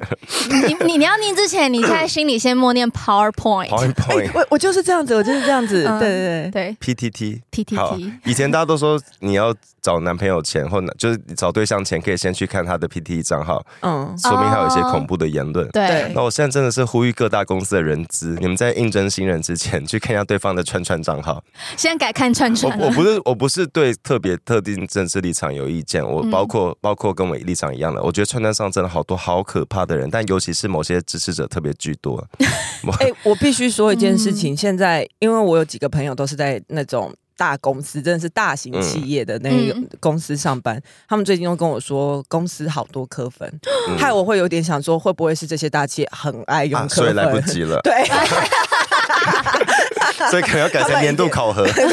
Speaker 2: 你 (laughs) 你你要念之前，你现在心里先
Speaker 3: (coughs)
Speaker 2: 默念 PowerPoint，
Speaker 1: 哎、
Speaker 3: PowerPoint
Speaker 1: 我我就是这样子，我就是这样子，
Speaker 2: 嗯
Speaker 1: 对对对。
Speaker 2: 对
Speaker 3: PTT 好
Speaker 2: PTT，，
Speaker 3: 以前大家都说你要找男朋友前或男就是找对象前，可以先去看他的 PTT 账号，
Speaker 1: 嗯，
Speaker 3: 说明他有一些
Speaker 2: 哦
Speaker 3: 恐怖的言论。
Speaker 1: 对
Speaker 2: 对
Speaker 3: 那我现在真的是呼吁各大公司的人资，你们在应征新人之前，去看一下对方的串串账号。
Speaker 2: 先改看串
Speaker 3: 我
Speaker 2: 串
Speaker 3: 我
Speaker 2: 了。
Speaker 3: 不是我不是对特别特定政治立场有意见，我包括、包括跟我立场一样的，我觉得串串上真的好多好可怕的人，但尤其是某些支持者特别居多。
Speaker 1: 哎、我必须说一件事情，现在因为我有几个朋友都是在那种大公司，真的是大型企业的那一种
Speaker 2: 嗯
Speaker 1: 公司上班，他们最近都跟我说公司好多科粉，
Speaker 3: 嗯
Speaker 1: 害我会有点想说，会不会是这些大企业很爱用
Speaker 3: 啊
Speaker 1: 科
Speaker 3: 所以
Speaker 1: 粉？
Speaker 3: 来不
Speaker 1: (laughs)，
Speaker 3: 及了
Speaker 1: 对。
Speaker 3: 所以可能要改成年度考核。
Speaker 1: 对，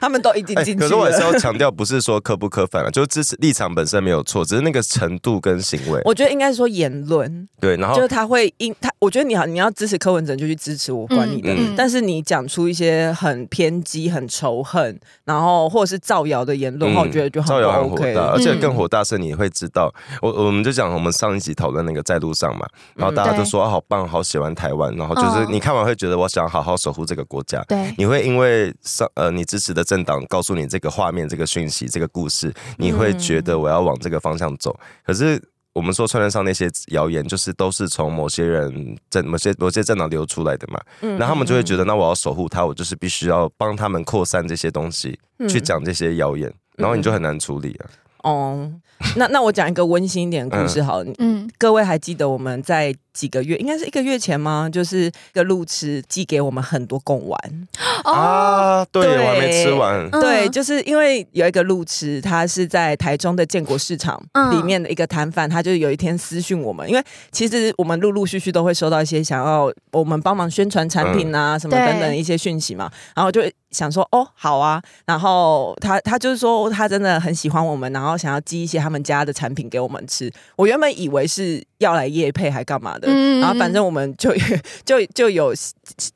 Speaker 1: 他们都已经
Speaker 3: 哎
Speaker 1: 进去
Speaker 3: 可是我还是
Speaker 1: 了。
Speaker 3: 要强调，不是说科不科犯了，就是支持立场本身没有错，只是那个程度跟行为。
Speaker 1: 我觉得应该是说言论，
Speaker 3: 对，然后
Speaker 1: 就是他会因他，我觉得你好，你要支持柯文哲你就去支持我，管你的。
Speaker 3: 嗯
Speaker 1: 但是你讲出一些很偏激、很仇恨，然后或者是造谣的言论的话，
Speaker 3: 嗯
Speaker 1: 我觉得就很
Speaker 3: 造
Speaker 1: 不
Speaker 3: 谣很火
Speaker 1: OK 嗯
Speaker 3: 大，
Speaker 1: 了。
Speaker 3: 而且更火大是你会知道，我我们就讲我们上一集讨论那个在路上嘛，然
Speaker 1: 嗯
Speaker 3: 后大家就说、啊好棒，好喜欢台湾，然后就是
Speaker 2: 嗯
Speaker 3: 你看完会觉得我想好好守护这个国家。
Speaker 2: 对，
Speaker 3: 你会因为上呃你支持的政党告诉你这个画面、这个讯息、这个故事，你会觉得
Speaker 1: 嗯
Speaker 3: 我要往这个方向走。可是我们说串联上那些谣言，就是都是从某些人政、某些某些政党流出来的嘛，
Speaker 1: 嗯
Speaker 3: 然后他们就会觉得，那我要守护他，我就是必须要帮他们扩散这些东西，
Speaker 1: 嗯
Speaker 3: 去讲这些谣言，然后你就很难处理啊。
Speaker 1: 哦，那那我讲一个温馨一点的故事好了。
Speaker 2: 嗯，
Speaker 1: 各位还记得我们在几个月，应该是一个月前吗？就是一个路痴寄给我们很多贡丸，
Speaker 2: 哦，
Speaker 3: 啊，对
Speaker 1: 对
Speaker 3: 我还没吃完，
Speaker 2: 嗯
Speaker 1: 对，就是因为有一个路痴，他是在台中的建国市场
Speaker 2: 嗯
Speaker 1: 里面的一个摊贩，他就有一天私讯我们，因为其实我们陆陆续续都会收到一些想要我们帮忙宣传产品啊、什么
Speaker 2: 对
Speaker 1: 等等一些讯息嘛，然后就想说哦好啊，然后他他就是说他真的很喜欢我们，然后想要寄一些他们家的产品给我们吃，我原本以为是要来夜配还干嘛的，
Speaker 2: 嗯
Speaker 1: 然后反正我们就 (laughs) 就就有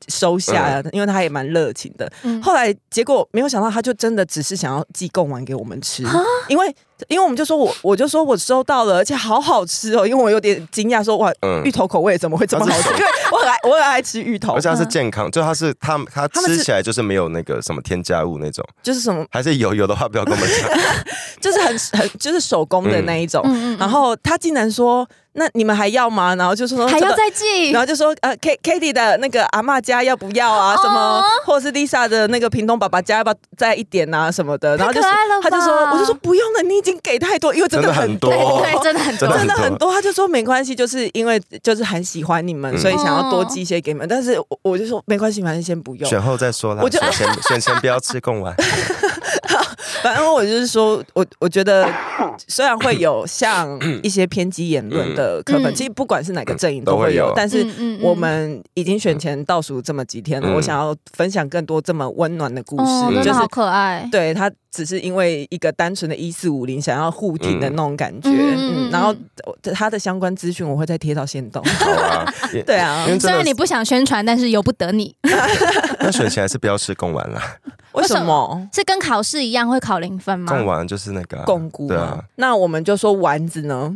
Speaker 1: 收下了，因为他也蛮热情的，
Speaker 2: 嗯
Speaker 1: 后来结果没有想到，他就真的只是想要寄贡丸给我们吃，
Speaker 2: 啊
Speaker 1: 因为因为我们就说我我就说我收到了，而且好好吃哦，因为我有点惊讶说哇，
Speaker 3: 嗯
Speaker 1: 芋头口味怎么会这么好吃？因为我很爱我很爱吃芋头
Speaker 3: 而，且它是健康，就它是它它
Speaker 1: 嗯他们是
Speaker 3: 吃起来就是没有那个什么添加物那种，
Speaker 1: 就是什么
Speaker 3: 还是有有的话不要跟我们讲。
Speaker 1: 就是很很就是手工的那一种。
Speaker 2: 嗯嗯
Speaker 1: 然后他竟然说那你们还要吗？然后就说
Speaker 2: 还
Speaker 1: 嗯这
Speaker 2: 要
Speaker 1: 个
Speaker 2: 再寄
Speaker 1: 然，后就说呃，K Kitty 的那个阿嬷家要不要啊？
Speaker 2: 哦
Speaker 1: 什么，或者是 Lisa 的那个屏东爸爸家要不要再一点啊？什么的。然后就
Speaker 2: 太
Speaker 1: 是
Speaker 2: 可爱了吧
Speaker 1: 他就说，我就说不用了，你已经给太多，因为真的
Speaker 3: 真的很
Speaker 1: 很
Speaker 3: 多
Speaker 1: 多，
Speaker 2: 对对， (laughs) 真的很多
Speaker 3: 真的，
Speaker 1: 哦真的
Speaker 3: 很
Speaker 1: 很多。他就说没关系，就是因为就是很喜欢你们，
Speaker 3: 嗯
Speaker 1: 所以想要
Speaker 2: 哦
Speaker 1: 多寄一些给你们。但是我我就说没关系，反正先不用。
Speaker 3: 选后再说啦，
Speaker 1: 我就
Speaker 3: 选
Speaker 1: (laughs)
Speaker 3: 前选前不要吃贡丸。
Speaker 1: 反正我就是说，我我觉得虽然会有像一些偏激言论的课本，
Speaker 2: 嗯
Speaker 1: 其实不管是哪个阵营
Speaker 3: 都
Speaker 1: 都
Speaker 3: 会
Speaker 1: 会有
Speaker 3: 有，
Speaker 1: 但是
Speaker 2: 嗯嗯嗯
Speaker 1: 我们已经选前倒数这么几天了，
Speaker 3: 嗯
Speaker 1: 我想要分享更多这么温暖的故
Speaker 2: 哦，
Speaker 1: 事，
Speaker 2: 真
Speaker 1: 就
Speaker 2: 的
Speaker 1: 是
Speaker 2: 好可爱，
Speaker 1: 对他只是因为一个单纯的一四五零想要护体的那种感觉，
Speaker 2: 嗯嗯嗯
Speaker 1: 嗯，然后他的相关资讯我会再贴到线动，
Speaker 3: 好
Speaker 1: (laughs)
Speaker 3: 啊，也
Speaker 1: 对啊
Speaker 3: 因为
Speaker 2: 虽
Speaker 3: 真
Speaker 2: 然你
Speaker 3: 的，
Speaker 2: 不想宣传，但是由不得你，
Speaker 3: 那选前还是不要吃贡丸啦，
Speaker 1: 为
Speaker 2: 为什
Speaker 1: 什么？
Speaker 2: 是跟考试一样会考零分吗？
Speaker 3: 贡丸就是那个啊
Speaker 1: 共辜
Speaker 3: 对
Speaker 1: 嘛
Speaker 3: 啊，，
Speaker 1: 那我们就说丸子
Speaker 2: (laughs)
Speaker 1: 呢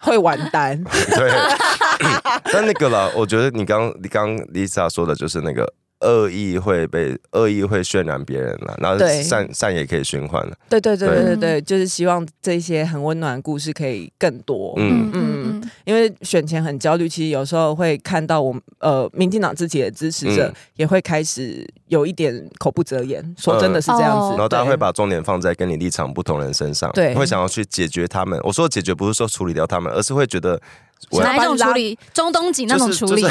Speaker 1: 会完蛋，
Speaker 3: (laughs) 对。 (coughs) 但那个啦，我觉得你刚你刚 Lisa 说的就是那个。恶意会被恶意会渲染别人了，然后
Speaker 1: 对
Speaker 3: 善善也可以循环了。
Speaker 1: 对对对
Speaker 3: 对
Speaker 1: 对对对，就是希望这些很温暖的故事可以更多。
Speaker 3: 嗯，
Speaker 1: 嗯因为选前很焦虑，其实有时候会看到我们呃，民进党自己的支持者
Speaker 3: 嗯
Speaker 1: 也会开始有一点口不择言，说
Speaker 3: 呃
Speaker 1: 真的是这样子。
Speaker 2: 嗯
Speaker 3: 然后大家
Speaker 1: 哦对
Speaker 3: 会把重点放在跟你立场不同人身上，
Speaker 1: 对
Speaker 3: 会想要去解决他们。我说的解决不是说处理掉他们，而是会觉得我要
Speaker 2: 哪一种处理？中东锦那种处理
Speaker 1: (laughs)
Speaker 2: 吗？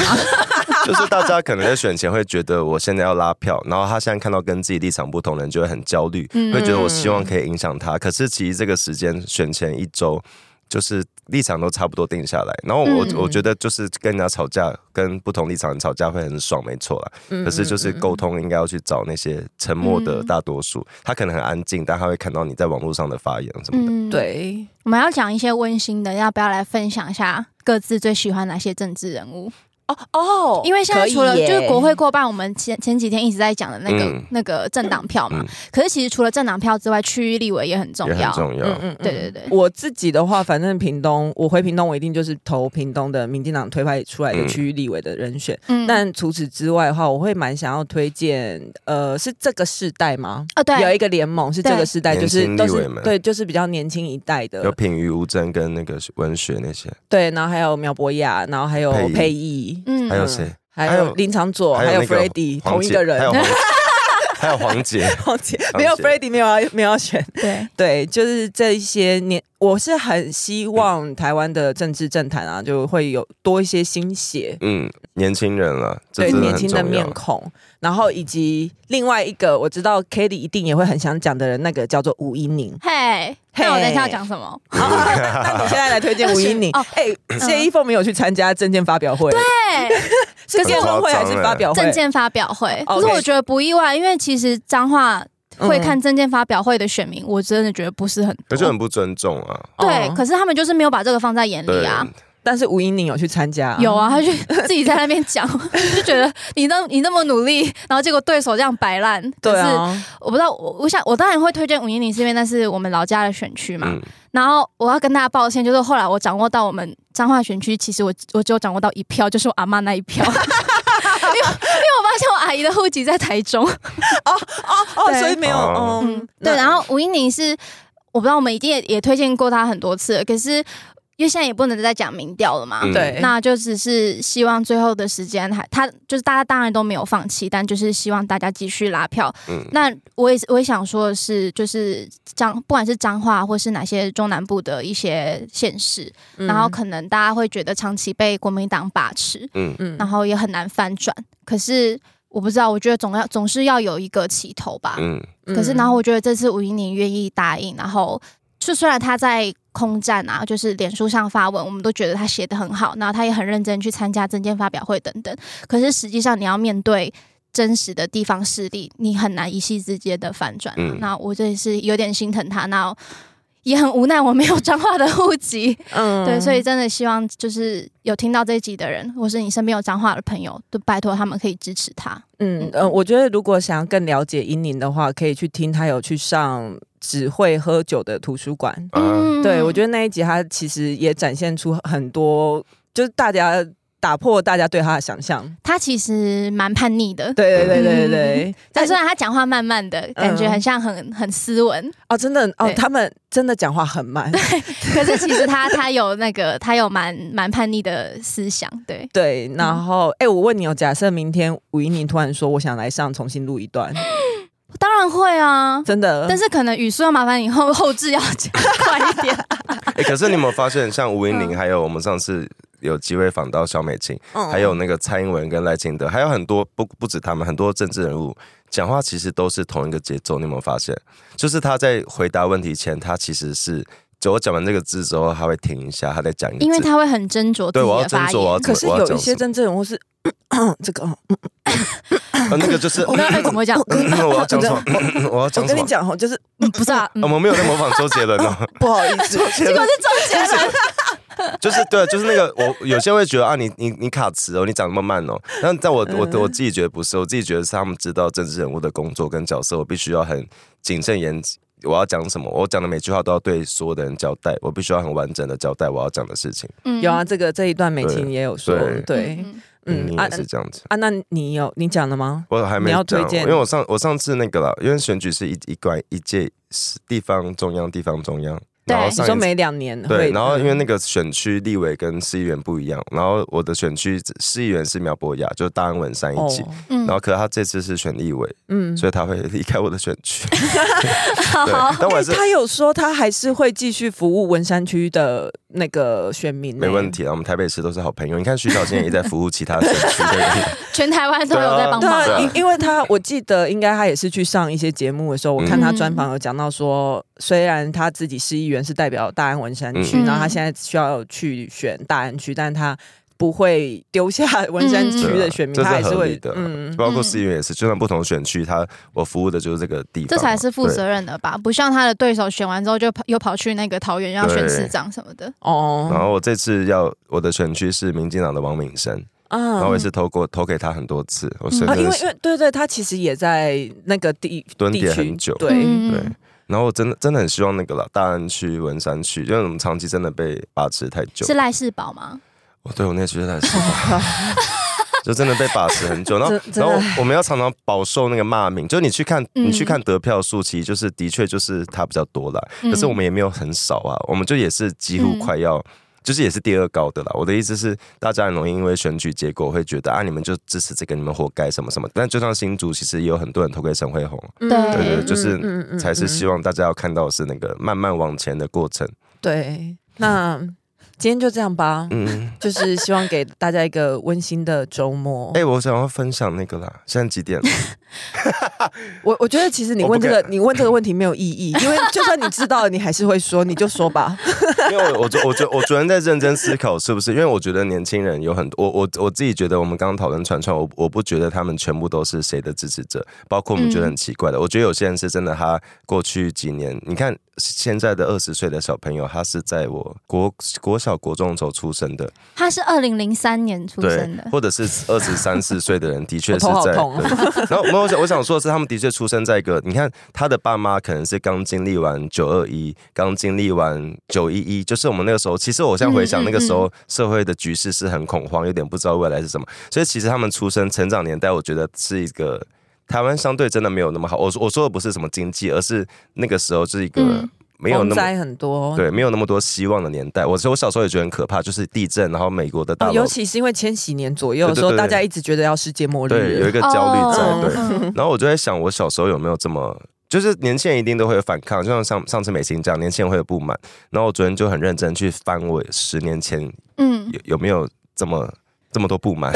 Speaker 3: 就是大家可能在选前会觉得我现在要拉票，然后他现在看到跟自己立场不同的人就会很焦虑，
Speaker 2: 嗯
Speaker 3: 会觉得我希望可以影响他。可是其实这个时间选前一周，就是立场都差不多定下来。然后我、
Speaker 2: 嗯
Speaker 3: 我觉得就是跟人家吵架，跟不同立场人吵架会很爽，没错啦。
Speaker 1: 嗯
Speaker 3: 可是就是沟通应该要去找那些沉默
Speaker 2: 嗯
Speaker 3: 的大多数，他可能很安静，但他会看到你在网络上的发言什么的。
Speaker 2: 嗯，
Speaker 1: 对，
Speaker 2: 我们要讲一些温馨的，要不要来分享一下各自最喜欢哪些政治人物？
Speaker 1: 哦哦
Speaker 2: 因为现在除了
Speaker 1: 可以
Speaker 2: 就
Speaker 1: 耶
Speaker 2: 是国会过半，我们前前几天一直在讲的那个、
Speaker 3: 嗯
Speaker 2: 那个政党票嘛
Speaker 3: 嗯，
Speaker 2: 可是其实除了政党票之外，区域立委也很重
Speaker 3: 也很
Speaker 2: 要。
Speaker 3: 重要，
Speaker 1: 嗯
Speaker 2: 对对对
Speaker 1: 我自己的话，反正屏东，我回屏东，我一定就是投屏东的民进党推派出来的
Speaker 3: 嗯
Speaker 1: 区域立委的人选。
Speaker 2: 嗯
Speaker 1: 但除此之外的话，我会蛮想要推荐，呃，是这个世代吗？
Speaker 2: 哦对
Speaker 1: 有一个联盟是这
Speaker 2: 对
Speaker 1: 个世代，就
Speaker 3: 年
Speaker 1: 是
Speaker 3: 轻立
Speaker 1: 都
Speaker 3: 委
Speaker 1: 是
Speaker 3: 们
Speaker 1: 对，就是比较年轻一代
Speaker 3: 有
Speaker 1: 的，
Speaker 3: 品瑜、吴真跟那个文学那些，
Speaker 1: 对，然后还有苗博雅，然后还有
Speaker 3: 佩仪
Speaker 1: 佩仪，
Speaker 2: 嗯
Speaker 3: 还有谁？
Speaker 1: 还
Speaker 3: 还
Speaker 1: 有
Speaker 3: 有
Speaker 1: 林长佐，还有
Speaker 3: 那个
Speaker 1: Freddy，
Speaker 3: 黄
Speaker 1: 同一
Speaker 3: 姐
Speaker 1: 个人
Speaker 3: 还。有黄还有黄姐，
Speaker 1: (laughs) 黄姐没有
Speaker 3: 黄姐
Speaker 1: Freddy 没有要没有要选， (laughs)
Speaker 2: 对，
Speaker 1: 对，就是这一些年，我是很希望台湾的政治政坛啊，就会有多一些新血，
Speaker 3: 嗯，年轻人了，这
Speaker 1: 对
Speaker 3: 真的
Speaker 1: 年
Speaker 3: 很
Speaker 1: 轻
Speaker 3: 重
Speaker 1: 的
Speaker 3: 要。
Speaker 1: 面孔，然后以及另外一个我知道 Kelly 一定也会很想讲的人，那个叫做吴依宁。
Speaker 2: 嘿，
Speaker 1: 嘿
Speaker 2: 那我等一下要讲什么？
Speaker 1: (laughs) 那你现在来推荐吴依
Speaker 2: (laughs)
Speaker 1: 宁
Speaker 2: 要选？
Speaker 1: 哎，谢依凤没有去参加证件发表
Speaker 2: 啊
Speaker 1: 会，
Speaker 2: 嘿，
Speaker 1: 是辩论会还是发表会
Speaker 2: 证？件发表会，
Speaker 1: OK
Speaker 2: 可是我觉得不意外，因为其实彰化会看证件发表会的选民，我真的觉得不是很
Speaker 3: 可
Speaker 2: 多。
Speaker 3: 是很不尊重啊。
Speaker 2: 对
Speaker 1: 哦，
Speaker 2: 可是他们就是没有把这个放在眼
Speaker 1: 嗯
Speaker 3: 对
Speaker 2: 里啊。
Speaker 1: 但是吴英宁有去参加，
Speaker 2: 有啊，他就 (laughs) 自己在那边讲，我就觉得你那你那么努力，然后结果对手这样摆烂。
Speaker 1: 对
Speaker 2: 可是
Speaker 1: 啊，
Speaker 2: 我不知道，我我想我当然会推荐五一零，是因为那是我们老家的选区嘛。
Speaker 3: 嗯
Speaker 2: 然后我要跟大家抱歉，就是后来我掌握到我们彰化选区，其实我我只有掌握到一票，就是我阿妈那一票。因为 (laughs) 因为我发现我阿姨的户籍在台中，
Speaker 1: 哦哦，
Speaker 2: 对
Speaker 1: 所以没有，
Speaker 3: 哦
Speaker 1: 嗯，那
Speaker 2: 对。然后吴一宁是我不知道，我们一定也也推荐过他很多次了，可是因为现在也不能再讲民调了嘛，
Speaker 3: 嗯
Speaker 1: 对，
Speaker 2: 那就只是希望最后的时间还他就是大家当然都没有放弃，但就是希望大家继续拉票。
Speaker 3: 嗯
Speaker 2: 那我也是我也想说的是，就是彰不管是彰化或是哪些中南部的一些县市，
Speaker 1: 嗯
Speaker 2: 然后可能大家会觉得长期被国民党把持，
Speaker 3: 嗯，
Speaker 1: 嗯
Speaker 2: 然后也很难翻转。可是我不知道，我觉得总要总是要有一个起头吧。
Speaker 3: 嗯
Speaker 2: 可是，
Speaker 1: 嗯
Speaker 2: 然后我觉得这次吴英玲愿意答应，然后就虽然她在空战啊，就是脸书上发文，我们都觉得她写的很好，然后她也很认真去参加证件发表会等等。可是实际上，你要面对真实的地方势力，你很难一夕之间的反转、啊。
Speaker 3: 嗯
Speaker 2: 那我这也是有点心疼她，那也很无奈，我没有彰化的户籍，
Speaker 1: 嗯
Speaker 2: 对，所以真的希望就是有听到这一集的人，或是你身边有彰化的朋友，都拜托他们可以支持她。
Speaker 1: 嗯呃，我觉得如果想要更了解英宁的话，可以去听他有去上只会喝酒的图书馆。
Speaker 3: 啊，
Speaker 1: 嗯对，我觉
Speaker 2: 得
Speaker 1: 得那一集他其实也展现出很多，就是大家打破大家对他的想象。
Speaker 2: 她其实蛮叛逆 (laughs) 的。
Speaker 1: 对对对对对对，
Speaker 2: 嗯
Speaker 1: 但
Speaker 2: 但
Speaker 1: 是
Speaker 2: 虽然他讲话慢慢的，感觉很像很很斯文，
Speaker 1: 哦，真的哦
Speaker 2: 对，
Speaker 1: 他们真的讲话很
Speaker 2: (laughs)
Speaker 1: 慢。
Speaker 2: 可是其实他他有那个他有蛮蛮叛逆的思想，对，
Speaker 1: 对，然后哎、我问你哦，假设明天吴一宁突然说我想来上重新录一
Speaker 2: (laughs)
Speaker 1: 段，
Speaker 2: 当然会啊，
Speaker 1: 真的，
Speaker 2: 但是可能语速要麻烦你后后置要加快一点，
Speaker 3: 哎，可是你有没有发现，像吴英玲，
Speaker 2: 嗯
Speaker 3: 还有我们上次有机会访到肖美琴，
Speaker 1: 嗯
Speaker 3: 还有那个蔡英文跟赖清德，还有很多不不止他们，很多政治人物讲话其实都是同一个节奏。你有没有发现？就是他在回答问题前，他其实是就我讲完这个字之后，他会停一下，他再讲一个字。
Speaker 2: 因为他会很斟酌自
Speaker 3: 对
Speaker 2: 己
Speaker 3: 我要斟
Speaker 2: 的发
Speaker 3: 酌，我要
Speaker 2: 言。
Speaker 1: 可
Speaker 3: 怎么
Speaker 1: 是
Speaker 3: 我要
Speaker 1: 有
Speaker 3: 讲
Speaker 1: 一些
Speaker 3: 什么
Speaker 1: 政治人物是 (clears throat) 这个，哦
Speaker 3: 啊那个就是嗯
Speaker 2: 我刚才怎
Speaker 3: (laughs)
Speaker 2: 么讲？
Speaker 3: 我要讲什么？嗯我要
Speaker 1: 我
Speaker 3: 讲什
Speaker 1: 跟
Speaker 3: 么哦
Speaker 1: 你？讲哦，
Speaker 3: (laughs)
Speaker 1: 就是
Speaker 2: 嗯不是啊，嗯
Speaker 3: 我们没有在模仿周杰伦哦， (laughs)
Speaker 1: 不好意思，
Speaker 2: 结果是周杰伦，
Speaker 3: 就是对，啊就是那个我有些会觉得啊，你你你卡词哦，你讲那么慢哦。但但我
Speaker 1: 嗯
Speaker 3: 我我自己觉得不是，我自己觉得是他们知道政治人物的工作跟角色，我必须要很谨慎严。我要讲什么？我讲的每句话都要对所有的人交代，我必须要很完整的交代我要讲的事情。
Speaker 2: 嗯
Speaker 1: 有啊，，这个这一段美琴
Speaker 3: 对
Speaker 1: 也有说，
Speaker 3: 对
Speaker 1: 对，
Speaker 2: 嗯，
Speaker 3: 嗯，
Speaker 1: 嗯
Speaker 3: 你
Speaker 1: 啊
Speaker 3: 也是这样子。
Speaker 1: 啊，那你有你讲了吗？
Speaker 3: 我还没
Speaker 1: 你要
Speaker 3: 讲
Speaker 1: 推荐
Speaker 3: 因为我上我上次那个了，因为选举是一一关一届是地方中央地方中央，
Speaker 2: 对
Speaker 3: 然后
Speaker 2: 你
Speaker 1: 你
Speaker 3: 上
Speaker 1: 说
Speaker 3: 一次
Speaker 1: 每两年
Speaker 3: 对，然后因为那
Speaker 1: 个
Speaker 3: 个选区立委跟市议员不一样，然后我的选区市议员是苗博雅，就是大安文山一
Speaker 1: 哦
Speaker 3: 起。，
Speaker 2: 嗯
Speaker 3: 然后，可是他这次是选立委，
Speaker 1: 嗯，
Speaker 3: 所以他会离开我的选
Speaker 1: (laughs)
Speaker 3: 区。对，但我还是
Speaker 1: 他有说他还是会继续服务文山区的那个选民欸呢，
Speaker 3: 没问题啊。我们台北市都是好朋友，你看徐小倩也在服务其他选
Speaker 1: (laughs)
Speaker 3: 区的人。
Speaker 2: 全台湾都有在帮
Speaker 1: 对
Speaker 2: 忙
Speaker 3: 对
Speaker 1: 啊，
Speaker 3: 啊
Speaker 1: 因因为他我记得应该他也是去上一些节目的时候，我看他
Speaker 2: 嗯
Speaker 1: 专访有讲到说，虽然他自己市议员是代表大安文山区，
Speaker 2: 嗯
Speaker 1: 然后他现在需要去选大安区，但他不会丢下文山区
Speaker 3: 对啊
Speaker 1: 的选民，
Speaker 3: 这
Speaker 1: 他还
Speaker 3: 是
Speaker 1: 是
Speaker 3: 合理
Speaker 1: 会
Speaker 3: 的，
Speaker 1: 嗯。
Speaker 3: 包括市议员也是，就算不同选区，他我服务的就是这个地方嘛，
Speaker 2: 这才是负
Speaker 3: 对。
Speaker 2: 责任的吧？不像他的对手选完之后就跑又跑去那个桃园要选
Speaker 3: 对
Speaker 2: 市长什么的，
Speaker 3: 然
Speaker 1: 哦，
Speaker 3: 后我这次要我的选区是民进党的王敏生，然后我
Speaker 1: 嗯
Speaker 3: 也是投过投给他很多次，我甚
Speaker 1: 啊，因
Speaker 3: 至
Speaker 1: 为因为对对，他其实也在那个地
Speaker 3: 蹲
Speaker 1: 地
Speaker 3: 点
Speaker 1: 区
Speaker 3: 很久
Speaker 1: 对，
Speaker 2: 嗯
Speaker 3: 对，然后我真的真的很希望那个啦，大安区、文山区，因为我们长期真的被把持太久
Speaker 2: 是。赖世宝吗？
Speaker 3: 我对我那区太失望，就真的被把持很久。然后
Speaker 1: 真，真
Speaker 3: 然
Speaker 1: 的
Speaker 3: 后我们要常常饱受那个骂名，就你去看，
Speaker 2: 嗯
Speaker 3: 你去看得票数，其实就是的确就是他比较多啦，
Speaker 2: 嗯
Speaker 3: 可是我们也没有很少啊，我们就也是几乎快要。就是也是第二高的啦。我的意思是，大家很容易因为选举结果会觉得啊，你们就支持这个，你们活该什么什么。但就像新竹，其实也有很多人投给沈惠宏，
Speaker 1: 对
Speaker 2: 对对
Speaker 3: 就是
Speaker 1: 嗯嗯
Speaker 3: 才是希望大家要看到的是那个慢慢往前的过程。
Speaker 1: 对。那今天就这样吧，
Speaker 3: 嗯，
Speaker 1: 就是希望给大家一个温馨的周末
Speaker 3: 哎、。我想要分享那个啦，现在几点了？
Speaker 1: 我我觉得其实你
Speaker 3: 我不
Speaker 1: 问这个
Speaker 3: 敢
Speaker 1: 你问这个问题没有意义，因为就算你知道了，你还是会说，你就说吧。
Speaker 3: 因为我我昨我昨我昨天在认真思考，是不是？因为我觉得年轻人有很多，我我我自己觉得，我们刚刚讨论串串，我我不觉得他们全部都是谁的支持者，包括我们觉得
Speaker 2: 嗯
Speaker 3: 很奇怪的。我觉得有些人是真的，他过去几年，你看现在的二十岁的小朋友，他是在我国国小国中的时候出生的，
Speaker 2: 他是二零零三年出
Speaker 3: 对
Speaker 2: 生的，，
Speaker 3: 或者是二十三四岁的
Speaker 1: (laughs)
Speaker 3: 人，的 (laughs) 确是
Speaker 1: 我头好
Speaker 3: 在。
Speaker 1: 痛
Speaker 3: 对然后没有我想我想说的是，他们的确出生在一个，你看他的爸妈可能是刚经历完九二一，刚经历完九一一，就是我们那个时候，其实我现在回想
Speaker 2: 嗯嗯
Speaker 3: 那个时候社会的局势是很恐慌，有点不知道未来是什么。所以其实他们出生成长年代，我觉得是一个。台湾相对真的没有那么好，我说我说的不是什么经济，而是那个时候是一个
Speaker 2: 嗯
Speaker 3: 没有
Speaker 1: 风
Speaker 3: 那么、
Speaker 1: 灾很多，
Speaker 3: 对没有那么多希望的年代。我说我小时候也觉得很可怕，就是地震，然后美国的大
Speaker 1: 哦，
Speaker 3: 楼、
Speaker 1: 尤其是因为千禧年左右的时
Speaker 3: 对
Speaker 1: 候，
Speaker 3: 对对
Speaker 1: 大家一直觉得要世界末
Speaker 3: 对，有一
Speaker 1: 日，
Speaker 3: 个焦虑在。
Speaker 2: 哦
Speaker 3: 对，
Speaker 2: 嗯
Speaker 3: 然后我就在想，我小时候有没有这么，就是年轻人一定都会有反抗，就像上上次美心讲，年轻人会有不满。然后我昨天就很认真去翻我十年前
Speaker 2: 嗯，
Speaker 3: 有有没有这么这么多不满，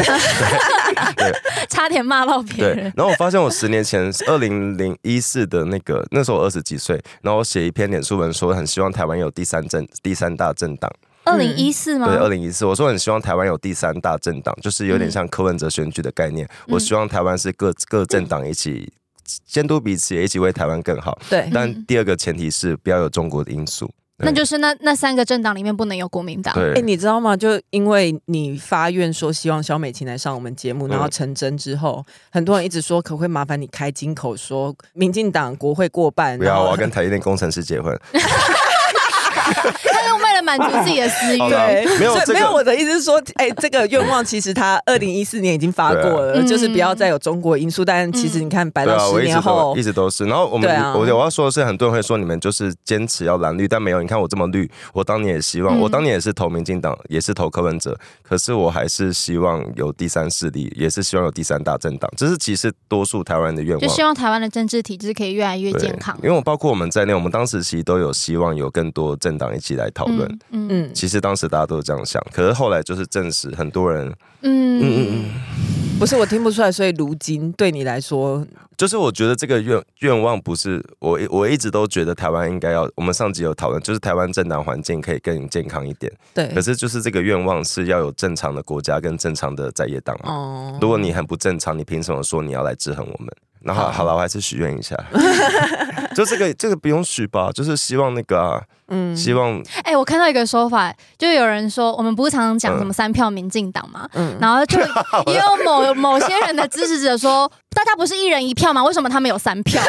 Speaker 2: 差点骂到别
Speaker 3: 对。
Speaker 2: 人。
Speaker 3: 然后我发现我十年前二零零一四的那个，那时候我二十几岁，然后我写一篇脸书文说，很希望台湾有第三政第三大政党。
Speaker 2: 二零一四吗？
Speaker 3: 嗯对，二零一四，我说很希望台湾有第三大政党，就是有点像柯文哲选举的概念。我希望台湾是各各政党一起监督彼此，也一起为台湾更好。
Speaker 1: 对，
Speaker 3: 但第二个前提是不要有中国的因素。对
Speaker 2: 那就是那那三个政党里面不能有国民党。
Speaker 1: 哎、
Speaker 3: 对，
Speaker 1: 你知道吗？就因为你发愿说希望小美琴来上我们节目，
Speaker 3: 嗯
Speaker 1: 然后成真之后，很多人一直说可不可以麻烦你开金口说，民进党国会过半，
Speaker 3: 不要，啊
Speaker 1: 然
Speaker 3: 我
Speaker 1: 后
Speaker 3: 要跟台积电工程师结婚。
Speaker 2: 他是为了满足自己的私欲。
Speaker 3: 好的
Speaker 1: 对，
Speaker 3: 没有
Speaker 1: 所以
Speaker 3: 这
Speaker 1: 没
Speaker 3: 个
Speaker 1: 有。我的意思是说，哎、这
Speaker 3: (laughs)
Speaker 1: 个愿望其实他二零一四年已经发过了，
Speaker 2: 对啊
Speaker 1: 就是不要再有中国因素。但其实你看，摆
Speaker 3: 对
Speaker 1: 到
Speaker 3: 啊，我
Speaker 1: 十
Speaker 3: 一直
Speaker 1: 年
Speaker 3: 都
Speaker 1: 后
Speaker 3: 一，直都是。然后我们，
Speaker 1: 对啊
Speaker 3: 我我要说的是，很多人会说你们就是坚持要蓝绿，但没有。你看我这么绿，我当年也希望，
Speaker 2: 嗯
Speaker 3: 我当年也是投民进党，也是投柯文哲，可是我还是希望有第三势力，也是希望有第三大政党。这是其实多数台湾人的愿
Speaker 2: 就
Speaker 3: 望
Speaker 2: 希。望台湾的政治体制可以越来越
Speaker 3: 对
Speaker 2: 健康。
Speaker 3: 因为我包括我们在内，我们当时其实都有希望有更多政党一起来讨论。
Speaker 2: 嗯
Speaker 1: 嗯，
Speaker 3: 其实当时大家都是这样想，可是后来就是证实很多人
Speaker 2: 嗯嗯
Speaker 1: 不是我听不出来，所以如今对你来说，
Speaker 3: 就是我觉得这个愿愿望不是我一我一直都觉得台湾应该要，我们上集有讨论，就是台湾政党环境可以更健康一点。
Speaker 1: 对
Speaker 3: 可，是就是这个愿望是要有正常的国家跟正常的在野党嘛。
Speaker 1: 哦、
Speaker 3: 如果你很不正常，你凭什么说你要来制衡我们？那好，
Speaker 1: 好
Speaker 3: 好了，我还是许愿一下，就这个这个不用许吧，就是希望那个啊，
Speaker 1: 嗯
Speaker 3: 希望
Speaker 2: 哎、我看到一个说法，就有人说，我们不是常常讲
Speaker 3: 嗯
Speaker 2: 什么三票民进党嘛，
Speaker 1: 嗯
Speaker 3: (laughs)
Speaker 2: 然后就也有某某些人的支持者说，大家不是一人一票吗？为什么他们有三票？ (laughs)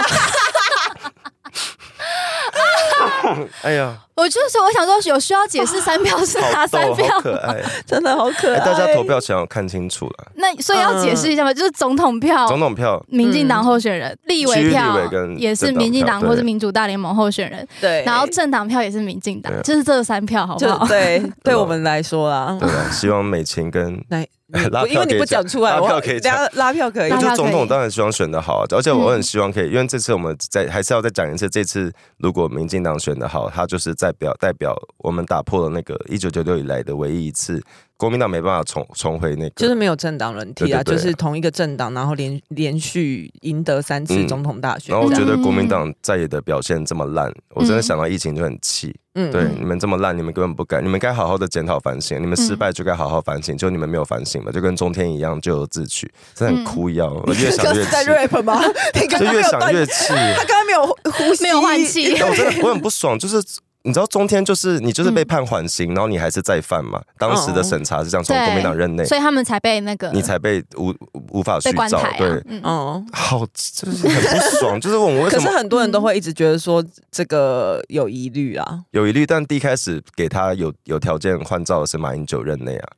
Speaker 3: 哎呀，
Speaker 2: 我就说，我想说，有需要解释三票是哪
Speaker 3: 好
Speaker 2: 三
Speaker 3: 逗，
Speaker 2: 票
Speaker 3: 好
Speaker 2: 吗
Speaker 3: 可爱。
Speaker 1: 真的好可
Speaker 3: 哎
Speaker 1: 爱。
Speaker 3: 大家投票前有看清楚了，
Speaker 2: 那所以要解释一下嘛，就是总统票。
Speaker 3: 嗯总统票
Speaker 2: 民进党候选人、立
Speaker 3: 区域
Speaker 2: 委
Speaker 3: 立
Speaker 2: 票
Speaker 3: 委跟
Speaker 2: 也是
Speaker 3: 政党
Speaker 2: 民进
Speaker 3: 票
Speaker 2: 党或是
Speaker 3: 对哎
Speaker 2: 民主大联盟候选人，
Speaker 1: 对，
Speaker 2: 然后政党票也是民进党
Speaker 3: 对，啊
Speaker 2: 就是这三票，好不
Speaker 1: 就
Speaker 3: (laughs)
Speaker 2: 好？
Speaker 1: 对，对我们来说啦，
Speaker 3: 对吧？希望美琴跟
Speaker 1: 那
Speaker 3: 拉
Speaker 1: 不因
Speaker 3: 票
Speaker 1: 为你
Speaker 3: 可以
Speaker 1: 不讲出来，
Speaker 3: 拉
Speaker 1: 我
Speaker 3: 票可以讲
Speaker 1: 等下拉票可以
Speaker 2: 拉
Speaker 3: 我觉得
Speaker 2: 票可以
Speaker 3: 总统当然希望选的好啊，而且我很希望可以，因为这次我们在还是要再讲一次，这次如果民进党选的好，他就是代表代表我们打破了那个一九九六以来的唯一一次，国民党没办法重重回那个，
Speaker 1: 就是没有政党轮替啊，
Speaker 3: 对对对
Speaker 1: 就是同一个政党，然后连连续赢得三次
Speaker 3: 嗯
Speaker 1: 总统大选
Speaker 3: 然后
Speaker 1: 这
Speaker 3: 我
Speaker 1: 样。
Speaker 3: 觉得国民党在野的表现这么烂，我真的想到疫情就很气。
Speaker 1: 嗯
Speaker 3: 对，你们这么烂，你们根本不敢，你们该好好的检讨反省，你们
Speaker 1: 嗯
Speaker 3: 失败就该好好反省，就你们没有反省嘛，就跟中天一样咎由自取，真的很哭一样，
Speaker 1: (laughs)
Speaker 3: 我越想
Speaker 1: 哥
Speaker 3: 越
Speaker 1: 嗯是在
Speaker 3: 气，
Speaker 1: rap 吗？ (laughs) 你刚刚
Speaker 3: 就
Speaker 1: 没
Speaker 3: 越
Speaker 1: 有断
Speaker 3: 想越气。
Speaker 1: 他刚刚没有呼吸，
Speaker 2: 没有换。
Speaker 3: (laughs)
Speaker 2: 气，
Speaker 3: 但我真的我很不爽，就是你知道中天就是你就是
Speaker 2: 嗯
Speaker 3: 被判缓刑，然后你还是再犯嘛。当时的审查是这样，从
Speaker 2: 哦对
Speaker 3: 国民党任内，
Speaker 2: 所以他们才被那个
Speaker 3: 你才被无无无法
Speaker 2: 被
Speaker 3: 续
Speaker 2: 关
Speaker 3: 照
Speaker 2: 台、啊。。
Speaker 3: 对，
Speaker 2: 嗯，
Speaker 1: 哦，
Speaker 3: 好就是很不爽，就是问我为
Speaker 1: 可
Speaker 3: 什
Speaker 1: 是
Speaker 3: 么
Speaker 1: 很多人都会一直觉得说这个有疑虑啊。
Speaker 3: 有疑虑，但第一开始给他有有条件换照的是马英九任内啊。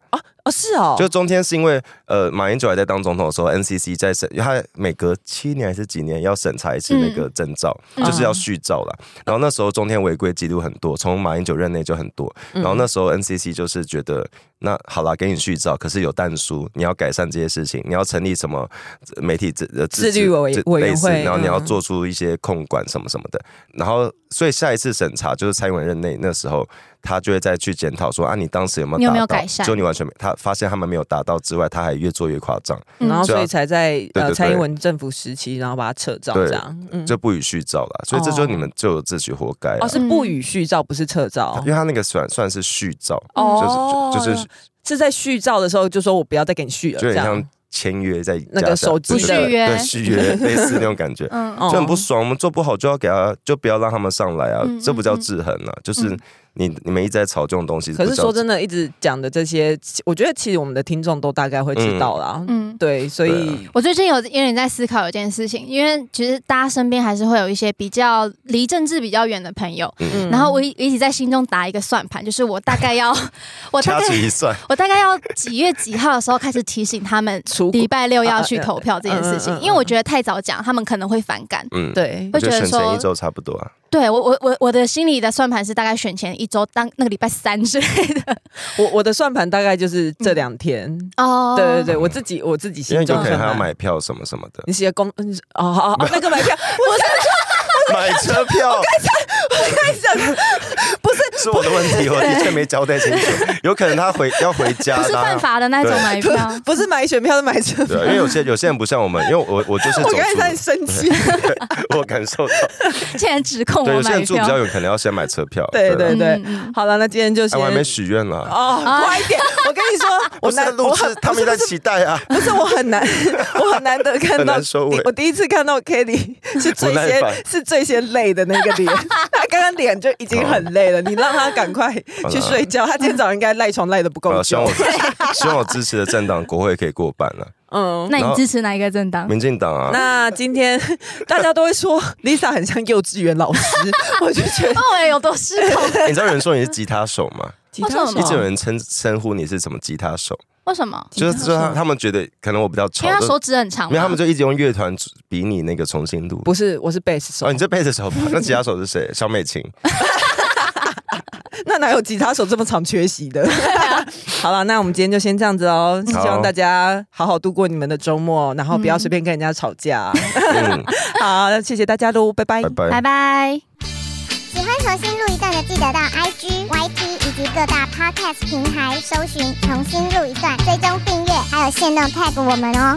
Speaker 1: 哦，是哦，
Speaker 3: 就中天是因为呃，马英九还在当总统的时候，NCC 在审，他每隔七年还是几年要审查一次那个证照，
Speaker 1: 嗯
Speaker 3: 就是要续照啦。然
Speaker 1: 嗯
Speaker 3: 后那时候中天违规记录很多，从马英九任内就很多。然后那时候 NCC 就是觉得，那好啦，给你续照，可是有淡书，你要改善这些事情，你要成立什么呃媒体自呃
Speaker 1: 自律委
Speaker 3: 自
Speaker 1: 委员
Speaker 3: 类似
Speaker 1: 会
Speaker 3: 然后你要
Speaker 1: 嗯
Speaker 3: 做出一些控管什么什么的。然后，所以下一次审查就是蔡英文任内那时候，他就会再去检讨说啊，你当时有没有
Speaker 2: 你有没有
Speaker 3: 达到
Speaker 2: 改善
Speaker 3: 就你完全没，他发现他们没有达到之外，他还越做越夸张，
Speaker 2: 嗯
Speaker 1: 然后所
Speaker 3: 对
Speaker 1: 以
Speaker 3: 啊
Speaker 1: 才在
Speaker 3: 对
Speaker 1: 呃
Speaker 3: 对
Speaker 1: 蔡英
Speaker 3: 对
Speaker 1: 文政府时期，然后把它撤照
Speaker 3: 对
Speaker 1: 这样。嗯，
Speaker 3: 就不予续照了。所以这就是你们就有自取活该啊、
Speaker 1: 哦是不予续照，不是撤照
Speaker 3: 因。为他那个算算是续照，
Speaker 1: 哦
Speaker 3: 嗯就是就就是
Speaker 1: 是在续照的时候就说我不要再给你续了，
Speaker 3: 就有
Speaker 1: 这
Speaker 3: 点
Speaker 1: 样
Speaker 3: 像签约在
Speaker 1: 那个
Speaker 3: 加上
Speaker 1: 手机
Speaker 3: 对对
Speaker 2: 的
Speaker 3: 对
Speaker 1: (laughs)
Speaker 3: 续约类似那种感觉。
Speaker 2: 嗯
Speaker 1: 哦
Speaker 3: 就很不爽，我们做不好就要给他，就不要让他们上来啊，
Speaker 2: 嗯
Speaker 3: 这不叫
Speaker 2: 嗯嗯
Speaker 3: 制衡啊，就是
Speaker 2: 嗯
Speaker 3: 你你们一直在吵这种东西，
Speaker 1: 可是
Speaker 3: 不叫
Speaker 1: 说真的，一直讲的这些，我觉得其实我们的听众都大概会知道啦。
Speaker 2: 嗯。
Speaker 1: 对，所
Speaker 3: 啊
Speaker 1: 以
Speaker 2: 我最近有有点在思考一件事情，因为其实大家身边还是会有一些比较离政治比较远的朋友，
Speaker 1: 嗯
Speaker 2: 然后我一一直在心中打一个算盘，就是我大概要， (laughs) 我
Speaker 3: 掐
Speaker 2: 大概
Speaker 3: 指一
Speaker 1: (laughs)
Speaker 3: 算，
Speaker 2: (laughs) 我大概要几月几号的时候开始提醒他们
Speaker 1: 出国
Speaker 2: 礼拜六要去投票这件
Speaker 1: 嗯
Speaker 2: 事
Speaker 1: 嗯嗯
Speaker 2: 情
Speaker 1: 嗯，
Speaker 2: 因为我觉得太早讲，他们可能会反感。
Speaker 3: 嗯，，
Speaker 1: 对
Speaker 3: 我
Speaker 2: 会
Speaker 3: 觉
Speaker 2: 觉
Speaker 3: 得
Speaker 2: 得
Speaker 3: 选
Speaker 2: 说
Speaker 3: 前一周差不多啊，
Speaker 2: 对我我我我的心里的算盘是大概选前一周，当那个礼拜三之类的。
Speaker 1: 我我的算盘大概就是这两天。
Speaker 2: 哦
Speaker 1: 对对对，我自己我自己
Speaker 3: 因为
Speaker 1: 心中
Speaker 3: 有可能
Speaker 1: 算
Speaker 3: 还要
Speaker 1: 盘。
Speaker 3: 买票什么什么的，
Speaker 1: 你写公嗯哦好
Speaker 3: (laughs)
Speaker 1: 哦哦那个买
Speaker 2: (laughs)
Speaker 1: 票
Speaker 3: 买车票
Speaker 1: 不是
Speaker 3: 是我的问题，我的确没交代
Speaker 1: (laughs)
Speaker 3: 清楚，有可能他回要回家，
Speaker 2: 不是
Speaker 3: 然后
Speaker 2: 犯法的那种
Speaker 3: 对
Speaker 2: 买
Speaker 1: 不
Speaker 2: 票 (laughs)
Speaker 1: 是。不是买选票是买车
Speaker 3: 对
Speaker 1: 票
Speaker 3: 啊，。因为有些有些人不像我们，因为我我就
Speaker 1: (laughs)
Speaker 3: 是
Speaker 1: 我
Speaker 3: 走
Speaker 1: 刚才在
Speaker 3: 出，
Speaker 1: 生气，
Speaker 3: 我感受到，
Speaker 2: 竟然指控
Speaker 3: 对，有
Speaker 2: 我
Speaker 3: 些
Speaker 2: 买
Speaker 3: 人住比较
Speaker 2: 票。
Speaker 3: 远，可能要先买车票，
Speaker 1: 对
Speaker 3: 啊
Speaker 1: 对对
Speaker 2: 嗯啊嗯，
Speaker 1: 好了，那今天就
Speaker 3: 哎
Speaker 1: 先
Speaker 3: 我还没许愿呢，
Speaker 1: 哦，快
Speaker 2: (laughs)
Speaker 1: 一点！我跟你说，
Speaker 3: 我
Speaker 1: 我
Speaker 3: 是在
Speaker 1: 难，
Speaker 3: 录
Speaker 1: 我
Speaker 3: 制
Speaker 1: 很，
Speaker 3: 他
Speaker 1: 不
Speaker 3: 们
Speaker 1: 是
Speaker 3: 在
Speaker 1: 不是
Speaker 3: 期
Speaker 1: (laughs)
Speaker 3: 待啊，
Speaker 1: 不是我很
Speaker 3: (laughs)
Speaker 1: 难，我很难得看
Speaker 3: 很
Speaker 1: 到
Speaker 3: 难收尾
Speaker 1: 第我第一次看到 Kelly 是最
Speaker 3: 不耐
Speaker 1: 先
Speaker 3: 烦
Speaker 1: 是最先累的那个
Speaker 3: (laughs)
Speaker 1: 脸，他刚刚脸就已经很累了，你让他赶快去睡觉，他今天早上应该赖床赖的不够
Speaker 3: 啊，希望
Speaker 1: 久
Speaker 3: 我。 (laughs) 希望我支持的政党国会可以过半
Speaker 1: (laughs)
Speaker 3: 了，
Speaker 1: 嗯，
Speaker 2: 那
Speaker 3: 然后
Speaker 2: 你支持哪一个政党？
Speaker 3: 民进党啊，
Speaker 1: (laughs) 那今天大家都会说 Lisa 很像幼稚园老师，我就觉得
Speaker 2: 哦，哎，有多失控？
Speaker 3: 欸你知道有人说你是吉他手
Speaker 1: (laughs)
Speaker 3: 吗？
Speaker 1: 吉
Speaker 2: 为什
Speaker 1: 他
Speaker 2: 么
Speaker 1: 手
Speaker 3: 一直有人称称呼你是什么吉他手，
Speaker 2: 为什么？
Speaker 3: 就
Speaker 1: 哦
Speaker 3: 是
Speaker 1: 吉他手
Speaker 3: 就是他他们觉得可能我比较吵
Speaker 2: 因为，他
Speaker 3: 就
Speaker 2: 手指很长啊
Speaker 3: 没有他
Speaker 2: 嘛
Speaker 3: 们。就一直用乐团比你那个重新录。
Speaker 1: 不是，我是贝斯手
Speaker 3: 哦，你，这辈子手吧？那吉他手是谁？小美
Speaker 2: (laughs)
Speaker 3: 琴。
Speaker 1: 那哪有吉他手这么常缺席的？
Speaker 3: 啊
Speaker 1: (laughs) 好了，那我们今天就先这样子哦，希望大家好好度过你们的周末，然后不要随便跟人家吵架。
Speaker 3: 嗯，
Speaker 1: 好，谢谢大家喽，拜拜
Speaker 3: 拜。拜
Speaker 2: 拜。拜。
Speaker 4: 喜欢重新录一段的，记得到 IG、YT 以及各大 Podcast 平台搜寻“重新录一段”，追踪订阅，还有限定 tag 我们哦。